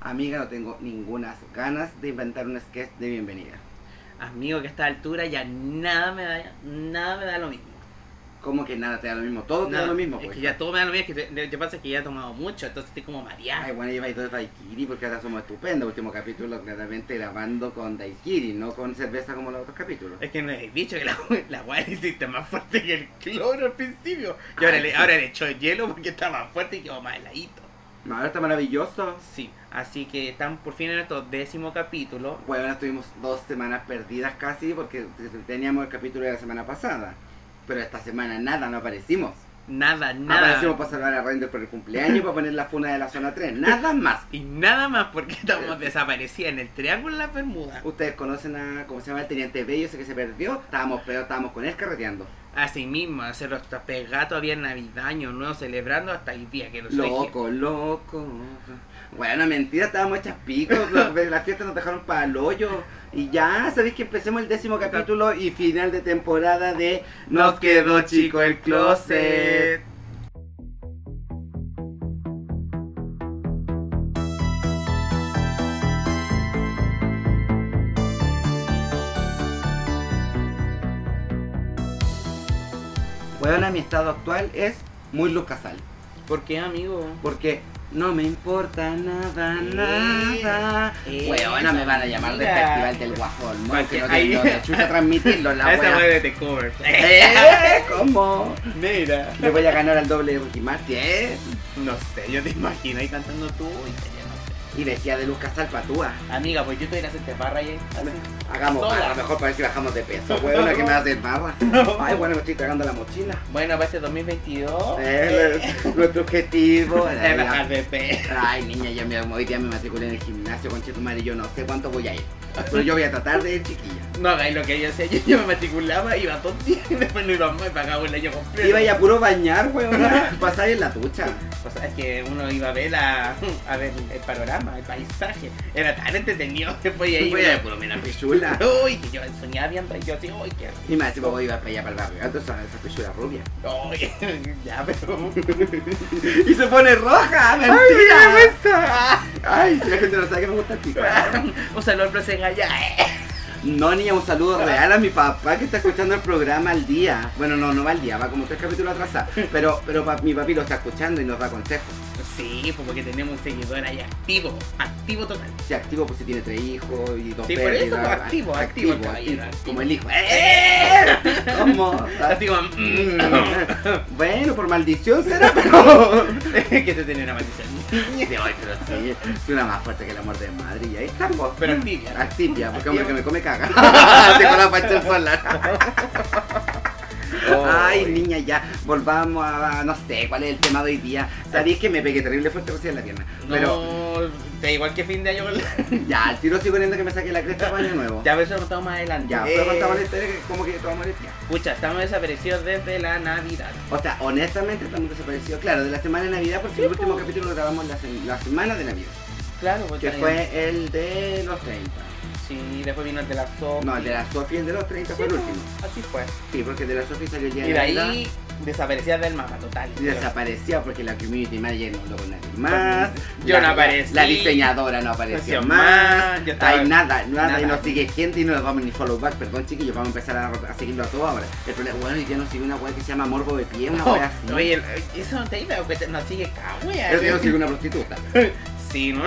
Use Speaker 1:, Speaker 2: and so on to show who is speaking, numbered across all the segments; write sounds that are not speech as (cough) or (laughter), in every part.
Speaker 1: Amiga, no tengo ninguna ganas de inventar un sketch de bienvenida.
Speaker 2: Amigo, que a esta altura ya nada me da, nada me da lo mismo.
Speaker 1: Como que nada te da lo mismo, todo te da
Speaker 2: Nada.
Speaker 1: lo mismo.
Speaker 2: Es
Speaker 1: pues.
Speaker 2: que ya todo me da lo mismo, es que te, te pasa que ya he tomado mucho, entonces estoy como mareado.
Speaker 1: Ay, bueno, lleva ahí todo el daiquiri porque ahora somos estupendos. Último capítulo claramente grabando con daiquiri, no con cerveza como los otros capítulos.
Speaker 2: Es que me habéis dicho que la, (laughs) la guay le hiciste más fuerte que el cloro al principio. Y ahora
Speaker 1: Ay,
Speaker 2: le,
Speaker 1: sí.
Speaker 2: ahora le echó hielo porque está más fuerte y quedó más heladito.
Speaker 1: No, ahora está maravilloso.
Speaker 2: Sí, así que están por fin en nuestro décimo capítulo.
Speaker 1: Bueno, ahora estuvimos dos semanas perdidas casi porque teníamos el capítulo de la semana pasada. Pero esta semana nada, no aparecimos.
Speaker 2: Nada,
Speaker 1: No
Speaker 2: nada.
Speaker 1: Aparecimos para salvar a Render por el cumpleaños y para poner la funa de la zona 3. Nada más.
Speaker 2: Y nada más
Speaker 1: (laughs)
Speaker 2: porque estamos desaparecidos en el Triángulo de las Bermudas.
Speaker 1: Ustedes conocen a, ¿cómo se llama? El teniente Bello, ese que se perdió. Estábamos peor, estábamos con él carreteando.
Speaker 2: Así mismo, hacer los tapes gato había Navidad, Año Nuevo, celebrando hasta el día que no sé qué.
Speaker 1: Loco, loco. Bueno, mentira, estábamos hechas picos. (laughs) Las las fiestas nos dejaron para el hoyo. Y ya, sabéis que empecemos el décimo capítulo y final de temporada de Nos quedó chico el closet. Bueno, mi estado actual es muy Luz Casal.
Speaker 2: ¿Por qué, amigo?
Speaker 1: Porque no me importa nada,
Speaker 2: Eh,
Speaker 1: nada.
Speaker 2: eh,
Speaker 1: Weona, me van a llamar del
Speaker 2: mira.
Speaker 1: festival del guajón. No, que no
Speaker 2: Ahí.
Speaker 1: tengo de chucha transmitirlo, (laughs) la
Speaker 2: Esa
Speaker 1: wea.
Speaker 2: fue de The Cover.
Speaker 1: Eh, ¿Cómo?
Speaker 2: (laughs) Mira.
Speaker 1: Le voy a ganar al doble de Ricky Martin. ¿eh?
Speaker 2: No sé, yo te imagino ahí cantando tú y ya no sé.
Speaker 1: Y decía de Luz Casal Patúa.
Speaker 2: Amiga, pues yo te voy a ir a hacerte barra ahí. (laughs)
Speaker 1: Hagamos
Speaker 2: Sola.
Speaker 1: barra, mejor para ver si bajamos de peso. Weona, que me hace barra. Ay, bueno, me estoy tragando la mochila.
Speaker 2: Bueno, para este 2022.
Speaker 1: Eh, nuestro objetivo.
Speaker 2: (laughs) es bajar eh, de peso.
Speaker 1: Ay, niña, yo me, hoy día me matriculé en el gimnasio con Chetumare y yo no sé cuánto voy a ir. Pero yo voy a tratar de ir chiquilla.
Speaker 2: No hagáis lo que yo hacía. (laughs) Yo, yo me matriculaba, iba dos días y después no iba más y pagaba el año completo.
Speaker 1: Iba ya puro bañar, weón. Pasar en la ducha.
Speaker 2: O sea, es que uno iba a ver, la, (laughs) a ver el panorama, el paisaje. Era tan entretenido que fue ahí.
Speaker 1: Voy a puro mirar
Speaker 2: (laughs)
Speaker 1: pichula.
Speaker 2: Uy, que yo soñaba viendo y yo así, uy, que.
Speaker 1: Y más, si vos ibas para allá para el barrio. Entonces, esa pichula rubia.
Speaker 2: (laughs) Uy, ya, pero.
Speaker 1: Y se pone roja, mentira. Ay, si la gente no sabe que me gusta el pico.
Speaker 2: (laughs) Un saludo al profe Gaya.
Speaker 1: No, niña, un saludo real a mi papá que está escuchando el programa al día. Bueno, no, no va al día, va como tres capítulos atrasado. Pero, pero pa- mi papi lo está escuchando y nos da consejos.
Speaker 2: (laughs) Sí, pues porque tenemos un seguidor ahí activo, activo total.
Speaker 1: Si activo, pues si tiene tres hijos y dos
Speaker 2: Sí, por
Speaker 1: pérdidas.
Speaker 2: eso, pues, activo,
Speaker 1: Ah,
Speaker 2: activo, caballero,
Speaker 1: Como
Speaker 2: activo.
Speaker 1: el hijo. ¡Eh! ¿Cómo?
Speaker 2: Así como, mm, (laughs)
Speaker 1: bueno, por maldición será,
Speaker 2: (laughs)
Speaker 1: pero.
Speaker 2: que se tiene una maldición.
Speaker 1: De hoy, pero sí. Es una más fuerte que la muerte de madre y ahí estamos.
Speaker 2: Pero tibia.
Speaker 1: Actipia, porque hombre que me come
Speaker 2: (laughs)
Speaker 1: caga. Tengo la pancha solar. Ay, niña, ya. Volvamos a. No sé cuál es el tema de hoy día. Sabéis que me pegué terrible fuerte recién en la pierna. Mm. Pero
Speaker 2: No, da igual que fin de año. con la-
Speaker 1: ya, al tiro sigo poniendo que me saque la cresta para año nuevo.
Speaker 2: Ya, pero eso lo contamos más adelante.
Speaker 1: Ya,
Speaker 2: Eh,
Speaker 1: pero contamos la historia que como que tomamos la historia.
Speaker 2: Pucha, estamos desaparecidos desde la Navidad.
Speaker 1: O sea, honestamente estamos desaparecidos. Claro, de la semana de Navidad, porque el último capítulo lo grabamos la, sem- la semana de Navidad.
Speaker 2: Claro, porque
Speaker 1: Que fue el de los 30.
Speaker 2: Sí, después vino el de la Sofi.
Speaker 1: No, el de la Sofía, el de los 30
Speaker 2: Sí,
Speaker 1: fue el
Speaker 2: pues,
Speaker 1: último.
Speaker 2: Así fue.
Speaker 1: Sí, porque el de la Sofía salió el
Speaker 2: Y
Speaker 1: día
Speaker 2: de ahí desaparecía del mapa total.
Speaker 1: Y desaparecía porque la community manager no logró nadie más.
Speaker 2: Yo
Speaker 1: La-
Speaker 2: no aparecí.
Speaker 1: La diseñadora no apareció
Speaker 2: Apareció
Speaker 1: más.
Speaker 2: más, yo estaba-
Speaker 1: Hay nada, nada, y
Speaker 2: nada.
Speaker 1: no sigue gente y no nos vamos ni follow back. Perdón, chiquillos, vamos a empezar a, a seguirlo a todo ahora. El problema, bueno, y ya nos sigue una weá que se llama Morbo de Pie, una weá así.
Speaker 2: Oye, el- eh, eso no te iba a no sigue cada wea.
Speaker 1: Pero yo no sigue una prostituta.
Speaker 2: Sí, ¿no?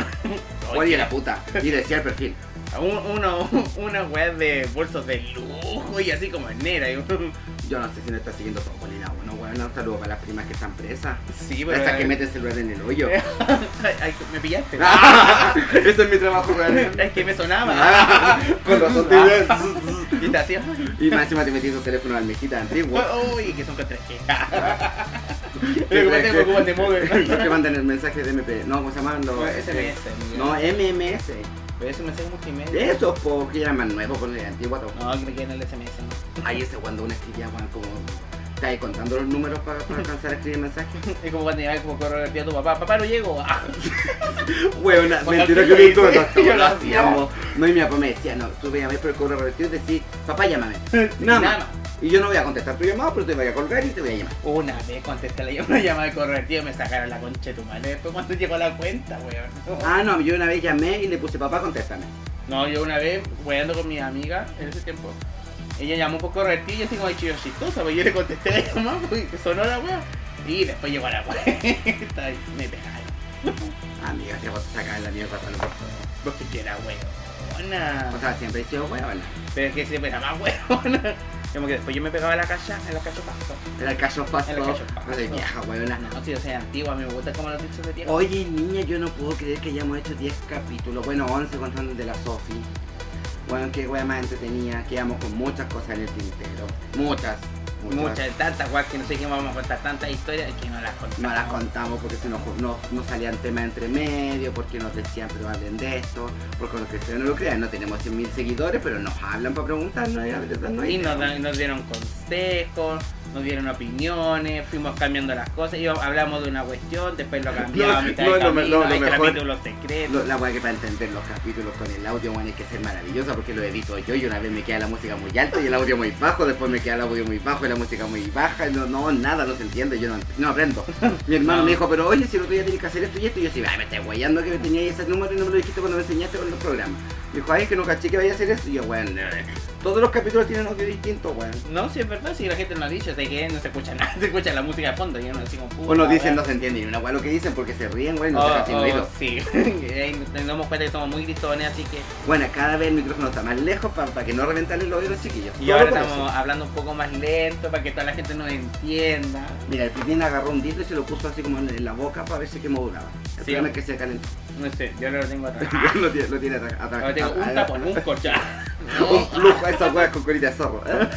Speaker 1: Oye, la puta. Y decía el perfil.
Speaker 2: Un- uno, una wea de bolsos de lujo y así como negra. y un-
Speaker 1: Yo no sé si no está siguiendo Topolina. Bueno, bueno, un saludo para las primas que están presas.
Speaker 2: Sí, pero.
Speaker 1: Hasta que Ah. mete el celular en el hoyo.
Speaker 2: (laughs)
Speaker 1: (laughs)
Speaker 2: Ay, me pillaste.
Speaker 1: Eso es mi trabajo real.
Speaker 2: Es que me sonaba.
Speaker 1: Ah, (laughs) Con los
Speaker 2: (laughs)
Speaker 1: otros.
Speaker 2: Y te hacía. "Ay,
Speaker 1: Y más encima te metí esos teléfonos al mejita antiguo.
Speaker 2: Uy, que son con Ah, 3G. (laughs) Pero que me ocupan de móvil.
Speaker 1: Los (laughs) que mandan el mensaje de MP. No, ¿cómo se llaman los?
Speaker 2: SMS.
Speaker 1: No, ¿Eh?
Speaker 2: es.
Speaker 1: MMS.
Speaker 2: Pero es un mensaje multimedia.
Speaker 1: Esos po, que eran más nuevos con el antiguo.
Speaker 2: No, que me queden el SMS, ¿no? (laughs)
Speaker 1: Ahí ese cuando uno escribía, bueno, como. Está ahí contando los números para, para alcanzar a escribir mensajes.
Speaker 2: Es como cuando llegas como correo a tu papá, papá no llego. (laughs) Ah,
Speaker 1: Huevona,
Speaker 2: Bueno,
Speaker 1: mentira
Speaker 2: yo
Speaker 1: que me
Speaker 2: hice,
Speaker 1: todo
Speaker 2: (laughs) yo
Speaker 1: lo
Speaker 2: lo hacía.
Speaker 1: hacíamos. No, y mi papá me decía, no, tú ve a ver por el correo revertido y decís, papá, llámame. Nada
Speaker 2: nada
Speaker 1: más.
Speaker 2: más.
Speaker 1: Y yo no voy a contestar tu llamado, pero te voy a colgar y te voy a llamar.
Speaker 2: Una vez contesté (laughs) la llamada, llamada de correo, tío, me sacaron la concha de tu madre. Después cuando llegó la cuenta, weón.
Speaker 1: Ah, no, yo una vez llamé y le puse, papá, contéstame.
Speaker 2: No, yo una vez, weando con mi amiga en ese tiempo, ella llamó un poco correo, tío, y así como de chido chistosa, pues yo le contesté la llamada, pues, sonó la weón. Y después llegó la (laughs) cuenta y me pegaron.
Speaker 1: Ah, Amiga, te voy a sacar la mierda para los
Speaker 2: Porque yo era weona.
Speaker 1: O sea, siempre he sido huevona.
Speaker 2: Pero es que siempre era más weona. Como que después yo me pegaba la cacha, en la cacho paso.
Speaker 1: Era el caso paso.
Speaker 2: Era el caso
Speaker 1: No soy
Speaker 2: paso.
Speaker 1: vieja, "Ah, huevona.
Speaker 2: No, si yo soy antigua, me gusta como los dichos de viejo.
Speaker 1: Oye, niña, yo no puedo creer que ya hemos hecho 10 capítulos. Bueno, 11 contando el de la Sofi. Bueno, qué wea más entretenida. Quedamos con muchas cosas en el tintero. Muchas.
Speaker 2: Muchas, tantas guas que no sé qué vamos a contar, tantas historias que no las contamos.
Speaker 1: No las contamos porque se nos, no, no salían temas entre medio, porque nos decían, pero hablen de esto, porque los que ustedes no lo crean, no tenemos 100.000 seguidores, pero nos hablan para preguntarnos, y la verdad no hay
Speaker 2: Y nos,
Speaker 1: idea.
Speaker 2: dan- nos dieron consejos, nos dieron opiniones, fuimos cambiando las cosas, y hablamos de una cuestión, después lo cambiamos a
Speaker 1: No,
Speaker 2: mitad
Speaker 1: no,
Speaker 2: de
Speaker 1: lo me-
Speaker 2: camino,
Speaker 1: no, lo
Speaker 2: hay
Speaker 1: mejor-
Speaker 2: capítulos secretos.
Speaker 1: Lo- la weá que para entender los capítulos con el audio, bueno, hay que ser maravillosa porque lo edito yo y una vez me queda la música muy alta y el audio muy bajo, después me queda el audio muy bajo y la música muy baja, y no, no, nada, no se entiende, yo no, no aprendo. (laughs) Mi hermano
Speaker 2: No.
Speaker 1: me dijo, pero oye, si el otro día tienes que hacer esto y esto, y yo sí, ay, me estás guayando que tenía ese número y no me lo dijiste cuando me enseñaste con los programas. Me dijo, ay, que no caché que vaya a hacer eso, y yo, bueno, eh, todos los capítulos tienen audio distinto, weón.
Speaker 2: No, si es verdad, si la gente nos ha dicho, de que no se escucha nada, (laughs) se escucha la música de fondo, y uno así como
Speaker 1: O nos
Speaker 2: puta,
Speaker 1: dicen,
Speaker 2: weón.
Speaker 1: no se entiende ni una weá lo que dicen porque se ríen, weón, y no
Speaker 2: Oh,
Speaker 1: se hacen
Speaker 2: oh,
Speaker 1: ruido.
Speaker 2: sí, (laughs) Ahí nos damos cuenta que somos muy gristones, así que...
Speaker 1: Bueno, cada vez el micrófono está más lejos para, para que no reventarle el oído a los chiquillos.
Speaker 2: Y
Speaker 1: Solo
Speaker 2: ahora
Speaker 1: por eso.
Speaker 2: estamos hablando un poco más lento para que toda la gente nos entienda.
Speaker 1: Mira, el Pitín agarró un dito y se lo puso así como en en la boca para ver si qué modulaba. El
Speaker 2: Sí.
Speaker 1: problema es que se calentó.
Speaker 2: No sé, yo lo tengo atrás.
Speaker 1: (laughs) lo tiene, lo tiene atra- atra-
Speaker 2: Ahora tengo
Speaker 1: atra-
Speaker 2: un tapón, un corcha.
Speaker 1: (laughs) Un flujo a esas weas con colita de zorro.
Speaker 2: (laughs)
Speaker 1: ¿eh?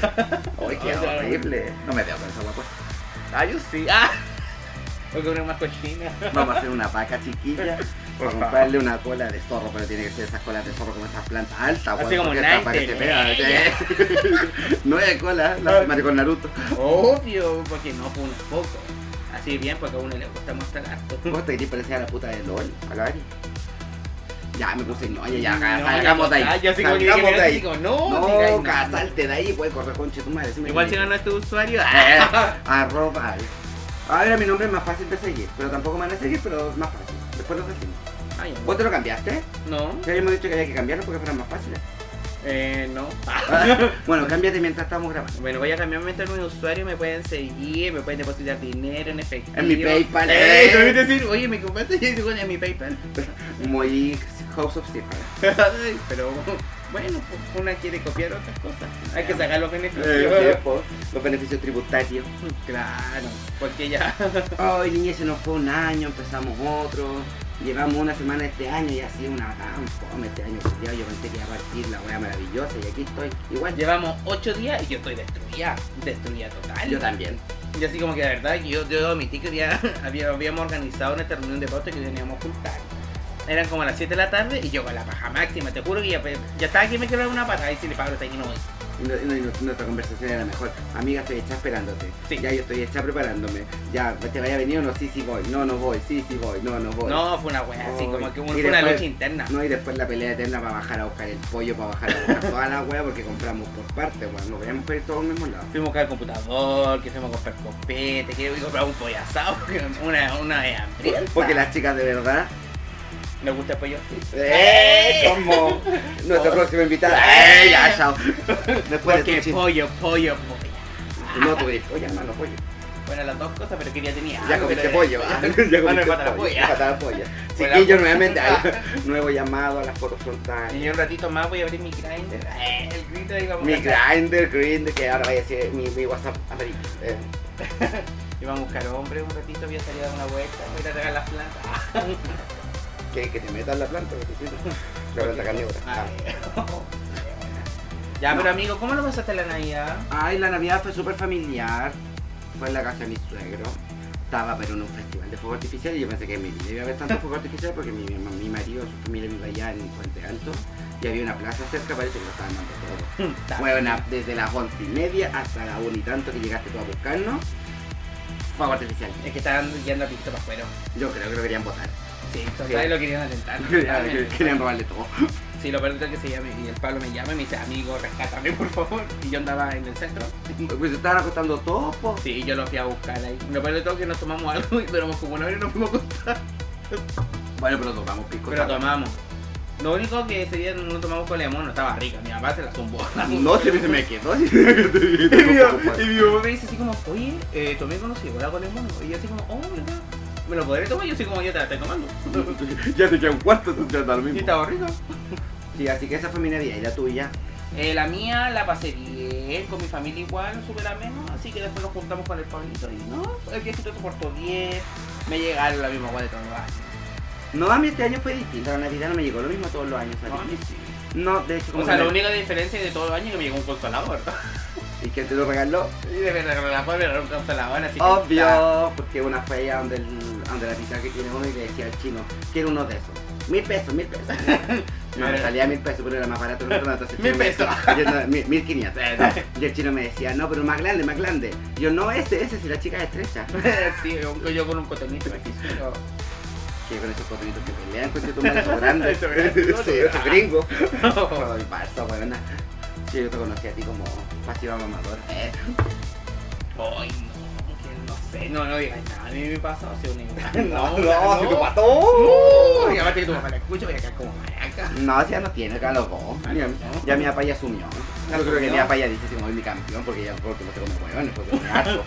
Speaker 1: Ay, qué
Speaker 2: O sea,
Speaker 1: horrible. No me veo con esa pues. wea puesta.
Speaker 2: Ah, yo sí. Ah. Voy a comer más cochina.
Speaker 1: Vamos a hacer una vaca chiquilla
Speaker 2: (laughs) Por
Speaker 1: para
Speaker 2: favor.
Speaker 1: comprarle una cola de zorro, pero tiene que ser esas colas de zorro como esas plantas altas,
Speaker 2: Así
Speaker 1: weón,
Speaker 2: como
Speaker 1: porque esta
Speaker 2: Nike. Ah.
Speaker 1: parece ¿eh? pega. (laughs) ¿sí? Nueve colas, la madre con Naruto.
Speaker 2: Obvio, porque no fue un poco. Así bien, porque a uno le gusta mostrar harto.
Speaker 1: Vos te querés parecer a la puta de LOL, a la Ari. Ya, me puse, no, ya, ya,
Speaker 2: No,
Speaker 1: salgamos de
Speaker 2: Ah,
Speaker 1: ahí.
Speaker 2: yo así como que dije,
Speaker 1: salgamos de
Speaker 2: mira,
Speaker 1: ahí.
Speaker 2: así como, no, digáis
Speaker 1: No,
Speaker 2: nada.
Speaker 1: ca- salte de ahí, puede correr conche tu madre. sí me
Speaker 2: Igual si
Speaker 1: entiendes.
Speaker 2: no es tu usuario.
Speaker 1: Eh,
Speaker 2: ah.
Speaker 1: (laughs) Arroba. Ah, era mi nombre es más fácil de seguir, pero tampoco me van a seguir, pero es más fácil. Después lo decimos.
Speaker 2: Ay, amor.
Speaker 1: ¿Vos te lo cambiaste?
Speaker 2: No,
Speaker 1: Ya habíamos dicho que había que cambiarlo porque fueran más fáciles.
Speaker 2: eh, no.
Speaker 1: (laughs) bueno, cámbiate mientras estamos grabando.
Speaker 2: Bueno, voy a cambiarme entre mi usuario, me pueden seguir, me pueden depositar dinero en efectivo.
Speaker 1: En mi PayPal,
Speaker 2: Eh,
Speaker 1: eh.
Speaker 2: te voy a decir, oye, me compraste y digo, en mi PayPal. (laughs)
Speaker 1: Muy House of Secrets.
Speaker 2: Ay, Pero bueno, pues, una quiere copiar otras cosas. Hay que sacar los beneficios.
Speaker 1: Eh, los beneficios tributarios.
Speaker 2: Claro, porque ya. (laughs)
Speaker 1: Ay, niña, se nos fue un año, empezamos otro. Llevamos una semana este año y así una tan fome este año. culiao. Yo pensé que iba a partir la wea maravillosa y aquí estoy. Igual
Speaker 2: Llevamos ocho días y yo estoy destruida. Destruida total.
Speaker 1: yo también.
Speaker 2: Y así como que la verdad, yo, yo admití que había, (laughs) había- habíamos organizado nuestra reunión de pauta que teníamos juntar. Eran como las 7 de la tarde y yo con la paja máxima, te juro que ya, ya estaba aquí me quiero dar una patada y si le Pablo está aquí no voy.
Speaker 1: Y no- y no- y no- nuestra conversación era mejor. Amiga, estoy hecha esperándote.
Speaker 2: Sí.
Speaker 1: Ya yo estoy hecha preparándome. Ya, ¿te vaya a venir o no? Sí, sí voy. No, no voy. Sí, sí voy. No, no voy.
Speaker 2: No, fue una wea, así
Speaker 1: Ay,
Speaker 2: como que un-
Speaker 1: y
Speaker 2: fue una
Speaker 1: después-
Speaker 2: lucha interna.
Speaker 1: No, y después la pelea eterna para bajar a buscar el pollo, para bajar a buscar toda la wea porque compramos por parte, weón. No queríamos pedir todos al mismo lado.
Speaker 2: Fuimos a buscar el computador, que fuimos a comprar copete, que comprar un pollo asado, (laughs) una, una de hambre.
Speaker 1: Porque las chicas de verdad
Speaker 2: ¿Nos gusta el pollo?
Speaker 1: ¡Eh! ¿Cómo? Nuestra
Speaker 2: Oh.
Speaker 1: próxima invitada.
Speaker 2: ¡Eh!
Speaker 1: ¡Eh! Ya, chao. Después de
Speaker 2: Porque
Speaker 1: tu chiste.
Speaker 2: pollo, pollo, pollo.
Speaker 1: No, tú dices, oye, hermano, pollo.
Speaker 2: Bueno, las dos cosas, pero que ya tenía.
Speaker 1: Ya
Speaker 2: algo,
Speaker 1: comiste
Speaker 2: pero-
Speaker 1: pollo. ah. (laughs) Ya
Speaker 2: Bueno,
Speaker 1: comiste
Speaker 2: me falta la
Speaker 1: pollo.
Speaker 2: polla.
Speaker 1: Ya falta la
Speaker 2: (laughs)
Speaker 1: polla.
Speaker 2: Bueno,
Speaker 1: Chiquillo,
Speaker 2: la-
Speaker 1: nuevamente. (laughs) ay, Nuevo llamado a las fotos frontales.
Speaker 2: Y yo un ratito más voy a abrir mi grinder. Eh, El grito y vamos
Speaker 1: Mi
Speaker 2: a buscar-
Speaker 1: grinder, grinder, que ahora vaya a ser mi, mi WhatsApp amarillo. Eh,
Speaker 2: Y vamos a buscar hombre un ratito, voy a salir a dar una vuelta, voy a ir a regar las
Speaker 1: Ah,
Speaker 2: plantas.
Speaker 1: que, que te metas la planta, porque si no, (laughs) la planta carnívora. Ah.
Speaker 2: Ay. Ya,
Speaker 1: No.
Speaker 2: pero amigo, ¿cómo lo pasaste la Navidad? (laughs)
Speaker 1: Ay, la Navidad fue súper familiar. Fue en la casa de mi suegro. Estaba pero en un festival de fuego artificial y yo pensé que en mi vida iba a haber tanto fuego artificial porque mi, mi- mi marido, su familia vive allá en Puente Alto y había una plaza cerca, parece que lo estaban dando todo.
Speaker 2: Ta-
Speaker 1: Bueno, desde las once y media hasta la una y tanto que llegaste tú a buscarnos, fuego artificial.
Speaker 2: Es que estaban yendo a pista para afuera. (laughs)
Speaker 1: Yo creo que lo querían votar. (laughs)
Speaker 2: Sí, total, lo querían atentar.
Speaker 1: Querían robarle todo.
Speaker 2: Sí, lo peor de todo es que se llama y el Pablo me llama y me dice, amigo, rescátame por favor. Y yo andaba en el centro.
Speaker 1: Pues se estaban acostando todos, po.
Speaker 2: Sí, yo lo fui a buscar ahí. Lo peor de todo es que nos tomamos algo y duramos como una hora y nos fuimos a acostar.
Speaker 1: Bueno, pero tomamos pico.
Speaker 2: Pero
Speaker 1: también.
Speaker 2: tomamos. Lo único que ese día no tomamos con limón, no estaba rica. Mi papá se la zumbó. (laughs)
Speaker 1: No, se me, se me quedó. sí.
Speaker 2: Y "Pues, mi, y mi mamá me dice así como, oye, eh, tomé con la con limón. Y yo así como, oh, ¿verdad? ¿Me lo podré tomar? Yo así como, yo te la estoy tomando.
Speaker 1: (laughs) ya te queda un cuarto, tú te vas a dar lo
Speaker 2: Y
Speaker 1: mismo.
Speaker 2: estaba rico.
Speaker 1: Sí, así que esa fue mi Navidad y la tuya.
Speaker 2: Eh, la mía la pasé bien, con mi familia igual, súper ameno, así que después nos juntamos con el Pablito y no, el viejito se portó bien, me llegaron la misma guay de todos los años.
Speaker 1: No, a mí este año fue distinto. La Navidad no me llegó lo mismo todos los años.
Speaker 2: No,
Speaker 1: ¿sabes?
Speaker 2: a mí sí.
Speaker 1: No, de hecho,
Speaker 2: O
Speaker 1: como
Speaker 2: sea,
Speaker 1: que
Speaker 2: la
Speaker 1: me-
Speaker 2: única diferencia de todos los años es que me llegó un consolador.
Speaker 1: ¿Y que te lo regaló?
Speaker 2: Y de verdad, me la puedo regalar un consolador, así que... (laughs) está.
Speaker 1: Obvio, porque una fue allá donde, el- donde la pica que tiene uno y le decía al chino, quiero uno de esos. Mil pesos, mil pesos. No, me salía mil pesos, pero era más barato. No, entonces el
Speaker 2: Mil
Speaker 1: chino me
Speaker 2: pesos.
Speaker 1: decía- yo, no, mil, mil quinientos. eh, no. Y el chino me decía, no, pero más grande, más grande. Yo, no, ese, ese, si la chica es (laughs) estrecha.
Speaker 2: (laughs) sí, un- yo con un cotonito me quise, pero-
Speaker 1: Que con esos potenitos que pelean, con ese tomate eso grande.
Speaker 2: Eso grande, no,
Speaker 1: (laughs) Sí,
Speaker 2: no.
Speaker 1: eso gringo. Ay, Barça, weona. Sí, yo te conocí a ti como pasiva mamadora. Eh,
Speaker 2: Ay, no, que no sé, no, no digas nada, a mí me pasó así
Speaker 1: (laughs) (laughs)
Speaker 2: un
Speaker 1: No, "Oh".
Speaker 2: no,
Speaker 1: no, si tu
Speaker 2: no.
Speaker 1: pato.
Speaker 2: Y aparte que tu papá la escucha, voy a quedar como maraca. (laughs)
Speaker 1: No, si ya no tiene calor. Ya, ya mi papá ya asumió. Yo creo que
Speaker 2: ¿Asumió?
Speaker 1: mi papá ya dice, si me voy mi campeón, porque ya porque no se come huevones, porque me (laughs) harto.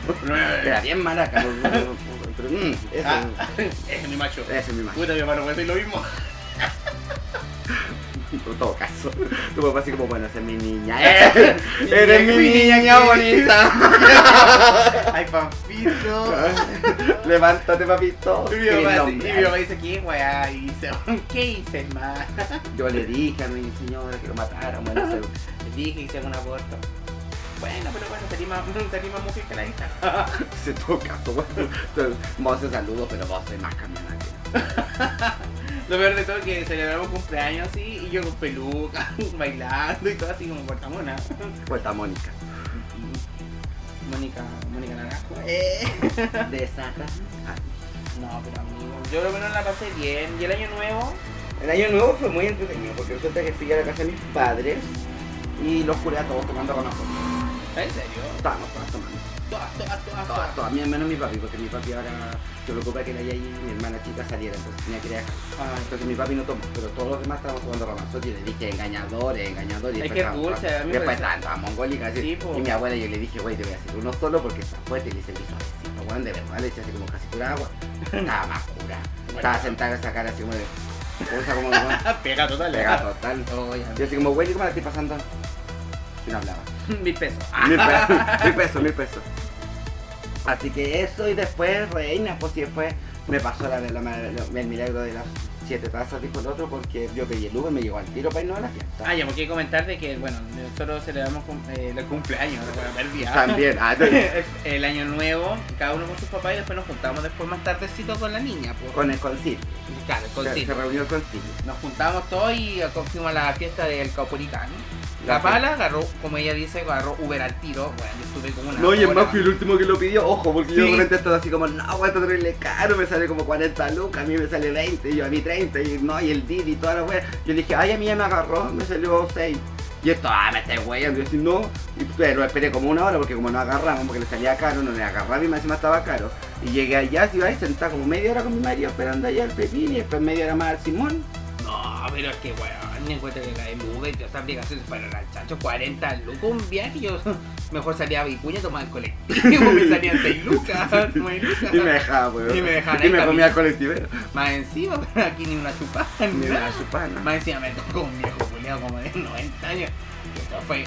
Speaker 1: Era bien maraca. no, no, no, no, Pero, mm, ese,
Speaker 2: Ah, ese es mi macho.
Speaker 1: ese es mi macho,
Speaker 2: Puta, mi hermano, pues soy lo mismo.
Speaker 1: en todo (laughs) caso. Tu papá así como, bueno, esa es (laughs) mi niña. Eh, (laughs) Eres mi niña bonita.
Speaker 2: (laughs) Ay, papito.
Speaker 1: Levántate, papito.
Speaker 2: Y
Speaker 1: (laughs)
Speaker 2: mi
Speaker 1: Qué
Speaker 2: papá- y
Speaker 1: nombre.
Speaker 2: mi papá dice, ¿qué weá hice? ¿Qué hice, más?
Speaker 1: Yo le dije a mi señora que lo mataron. Bueno, (laughs) se-
Speaker 2: Dije, hice un aborto. Bueno, pero bueno, te anima, (laughs) te anima mujer que la hija. (laughs)
Speaker 1: se toca. Bueno, vos te saludo, pero vos sois más camionada que
Speaker 2: Lo peor de todo es que celebramos cumpleaños así, y yo con peluca, (laughs) bailando y todo así como portamona.
Speaker 1: Vuelta (laughs) Mónica.
Speaker 2: Mónica, Mónica (laughs) Naranjo.
Speaker 1: Desata.
Speaker 2: No, pero amigo, yo lo menos la pasé bien. Y el año nuevo,
Speaker 1: El año nuevo fue muy entretenido porque resulta que fui a la casa de mis padres y los curé a todos tomando con nosotros.
Speaker 2: ¿en serio?
Speaker 1: Estábamos todas tomando.
Speaker 2: Todas, todas, todas,
Speaker 1: Todas,
Speaker 2: todas.
Speaker 1: todas. Mi hermano y mi papi, porque mi papi ahora se preocupa que la Yaya y mi hermana chica saliera, entonces tenía que ir a casa.
Speaker 2: Ay,
Speaker 1: Entonces mi papi no tomó, pero todos los demás estábamos jugando Ramazotti y le dije engañador, engañador. Y
Speaker 2: Es
Speaker 1: después
Speaker 2: que es
Speaker 1: estábamos-
Speaker 2: dulce, a mí me
Speaker 1: Después
Speaker 2: parece-
Speaker 1: tanta mongólica. así.
Speaker 2: Sí, po.
Speaker 1: y mi abuela yo le dije, güey, te voy a hacer uno solo porque está fuerte. Y le hice mi suavecito, weón, de verdad, le eché así como casi pura
Speaker 2: (laughs)
Speaker 1: agua. Estaba más pura. Estaba sentada con esa cara así como de. Cosa como de. weón,
Speaker 2: (laughs) Ah, pega total,
Speaker 1: Pega total. Yo
Speaker 2: (laughs)
Speaker 1: así como, güey, ¿cómo la estoy pasando? Y no hablaba.
Speaker 2: Mil pesos.
Speaker 1: Mil pesos, (laughs) mil pesos, mil pesos. Así que eso y después reina, pues y después me pasó la, la- la- el milagro de las siete tazas, dijo el otro, porque yo pedí el Uber, me llegó al tiro para irnos a la fiesta.
Speaker 2: Ah, ya, porque comentar de que, bueno, nosotros celebramos cum- eh, el cumpleaños, el primer día.
Speaker 1: También, ah, de-
Speaker 2: (coughs) el año nuevo, cada uno con sus papás y después nos juntamos después más tardecito con la niña. Pues.
Speaker 1: con el concilio.
Speaker 2: Claro, con
Speaker 1: Se- Se,
Speaker 2: Silvia.
Speaker 1: reunió el concilio.
Speaker 2: Nos juntamos todos y eh, fuimos a la fiesta del Caupolicán.
Speaker 1: La
Speaker 2: La pala agarró, como ella dice, agarró Uber al tiro. Bueno, yo estuve como una.
Speaker 1: No, y el
Speaker 2: hora.
Speaker 1: más fui el último que lo pidió, ojo, porque yo
Speaker 2: Sí.
Speaker 1: de repente estaba así como, no, güey, está terrible caro, me sale como 40 lucas, a mí me sale 20, y yo a mí 30, y no, y el Didi y toda la wea. Yo dije, ay, a mí ya me agarró, me salió 6. Y esto, ah, me estoy weyando, y yo así, no. Y pues, lo esperé como una hora, porque como no agarramos, porque le salía caro, no le agarraba y más encima estaba caro. Y llegué allá, si ahí sentaba como media hora con mi marido esperando allá al Pepín, y después media hora más al
Speaker 2: (laughs)
Speaker 1: Simón.
Speaker 2: No, pero es que, weón, encuentro que la de Uber, todas esas aplicaciones para el chancho, 40 lucas, un viaje. Yo (laughs) mejor salía a Vicuña, tomaba el colectivo, (laughs) me salían 6 (laughs) lucas, 9 lucas.
Speaker 1: Y me dejaba, weón.
Speaker 2: Y me dejaban
Speaker 1: Y
Speaker 2: ahí
Speaker 1: me comía
Speaker 2: también.
Speaker 1: el colectivero.
Speaker 2: Más encima, (laughs) aquí ni una chupada,
Speaker 1: Me
Speaker 2: ni
Speaker 1: daba
Speaker 2: nada.
Speaker 1: su pana.
Speaker 2: Más encima me tocó un viejo culiado como de 90 años. Y esto fue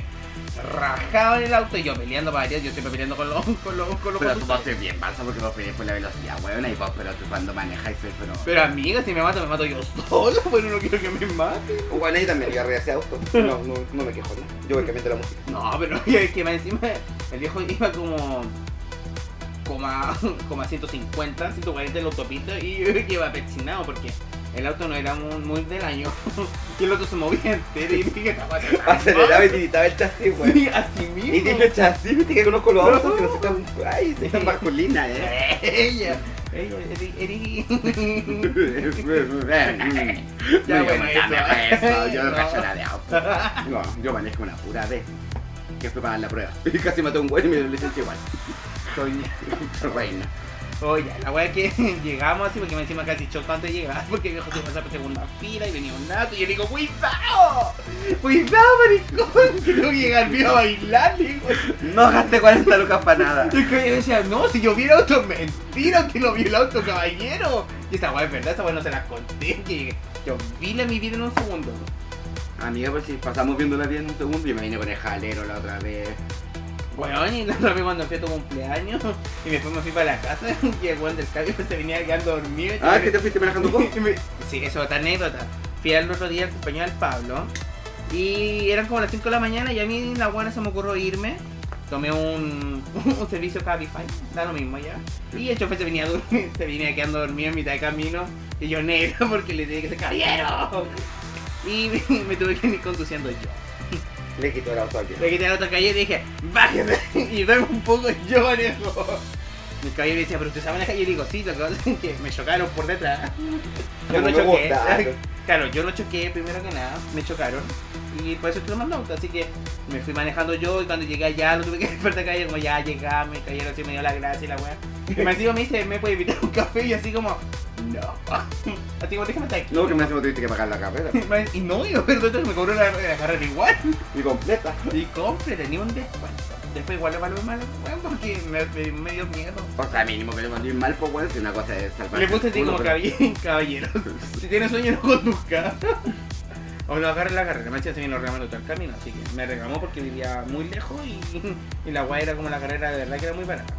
Speaker 2: rajado en el auto y yo peleando para Dios, yo siempre peleando con los con los con los
Speaker 1: Pero tú vas a
Speaker 2: conductores.
Speaker 1: ser bien balsa porque vos pedís por la velocidad, weón, y vos, pero tú cuando manejáis soy, pero...
Speaker 2: Pero amiga, si me mato, me mato yo solo, pero no quiero que me mate.
Speaker 1: Bueno, ahí también yo arriba ese auto. No, no, no me quejo, ¿no? Yo voy cambiando la música.
Speaker 2: No, pero (laughs) es que más encima el viejo iba como como a, (laughs) como a 150, 140 en la autopista y yo que iba pechinado porque el auto no era muy, muy del año (laughs) y el auto se movía entero y dije que estaba
Speaker 1: Aceleraba y tiritaba el chasis, weón.
Speaker 2: Sí, (laughs) así mismo.
Speaker 1: Y dije, chasis, viste que conozco los autos (laughs)
Speaker 2: No.
Speaker 1: que no se están... Ay, se están masculinas, eh.
Speaker 2: Ella. Ey, eri- eri-
Speaker 1: ya,
Speaker 2: bueno,
Speaker 1: dame
Speaker 2: eso.
Speaker 1: eso. Yo
Speaker 2: No.
Speaker 1: no cacho nada de auto. No, yo manejo una pura B. Que fue para la prueba. (laughs) Y casi mató a un güey y me lo licencié igual.
Speaker 2: (laughs)
Speaker 1: (laughs)
Speaker 2: Soy-
Speaker 1: Reina.
Speaker 2: Oye, la wea que llegamos así porque me encima casi choco antes de llegar porque viejo se pasaba por segunda fila y venía un nato y yo le digo, cuidado, cuidado maricón, que no llegar bien a bailar, le digo.
Speaker 1: No gasté 40 lucas para (laughs) nada.
Speaker 2: Y que yo decía, no, si yo vi el auto, mentira, usted lo vio el auto, caballero. Y esa wea es verdad, esa wea no se la conté, que llegué. yo vi la mi vida en un segundo.
Speaker 1: Amiga, pues si pasamos viéndola bien en un segundo, yo me vine con el jalero la otra vez.
Speaker 2: Weón, y (laughs) la otra vez cuando fui a tu cumpleaños y después me fui para la casa (laughs) y el weón del cambio se venía quedando dormido. y yo
Speaker 1: Ah,
Speaker 2: le-
Speaker 1: que te fuiste manejando (laughs) vos.
Speaker 2: Y me- Sí, eso es otra anécdota. Fui al otro día al compañero del Pablo y eran como las 5 de la mañana y a mí en la guana se me ocurrió irme. Tomé un, (laughs) un servicio Cabify, da lo mismo ya. Y el chofer se venía, dur- (laughs) se venía quedando dormido en mitad de camino y yo negro (laughs) porque le dije que se caballero. Y (laughs) me, me tuve que ir conduciendo yo.
Speaker 1: Le quitó el auto aquí.
Speaker 2: Le quité la otra calle y dije, bájese (laughs) y duerme un poco y yo manejo. Mi caballero decía, pero usted sabe manejar. Y yo le digo, sí, lo que (laughs) pasa es que me chocaron por detrás. Yo no
Speaker 1: Como me
Speaker 2: choqué.
Speaker 1: gusta.
Speaker 2: Claro, yo lo choqué primero que nada, me chocaron. Y por eso estuve más auto, así que me fui manejando yo y cuando llegué allá lo tuve que (laughs) despertar caer como ya llegaba, me cayeron así, me dio la gracia y la weá. Y me encima me dice, ¿me puede invitar un café? Y así como, no. (laughs) Así como déjame estar aquí. (laughs)
Speaker 1: No, que me hace que tuviste que pagar la (laughs) carrera.
Speaker 2: Y no, yo perdón, me cobró la, la carrera igual.
Speaker 1: Y completa.
Speaker 2: Y compre, tenía un descuento. Después igual lo valoré mal, weón, porque me, me- me dio miedo.
Speaker 1: O sea, mínimo que le mandé mal, pues bueno, si una cosa es salvar.
Speaker 2: Le puse así
Speaker 1: el culo,
Speaker 2: como
Speaker 1: pero-
Speaker 2: "Cabi- (laughs) caballero. Si tienes sueño no conduzca. O no agarre la carrera, me decía se me lo reclamando todo el camino, así que me reclamó porque vivía muy lejos y, y la guay era como la carrera de verdad que era muy barata.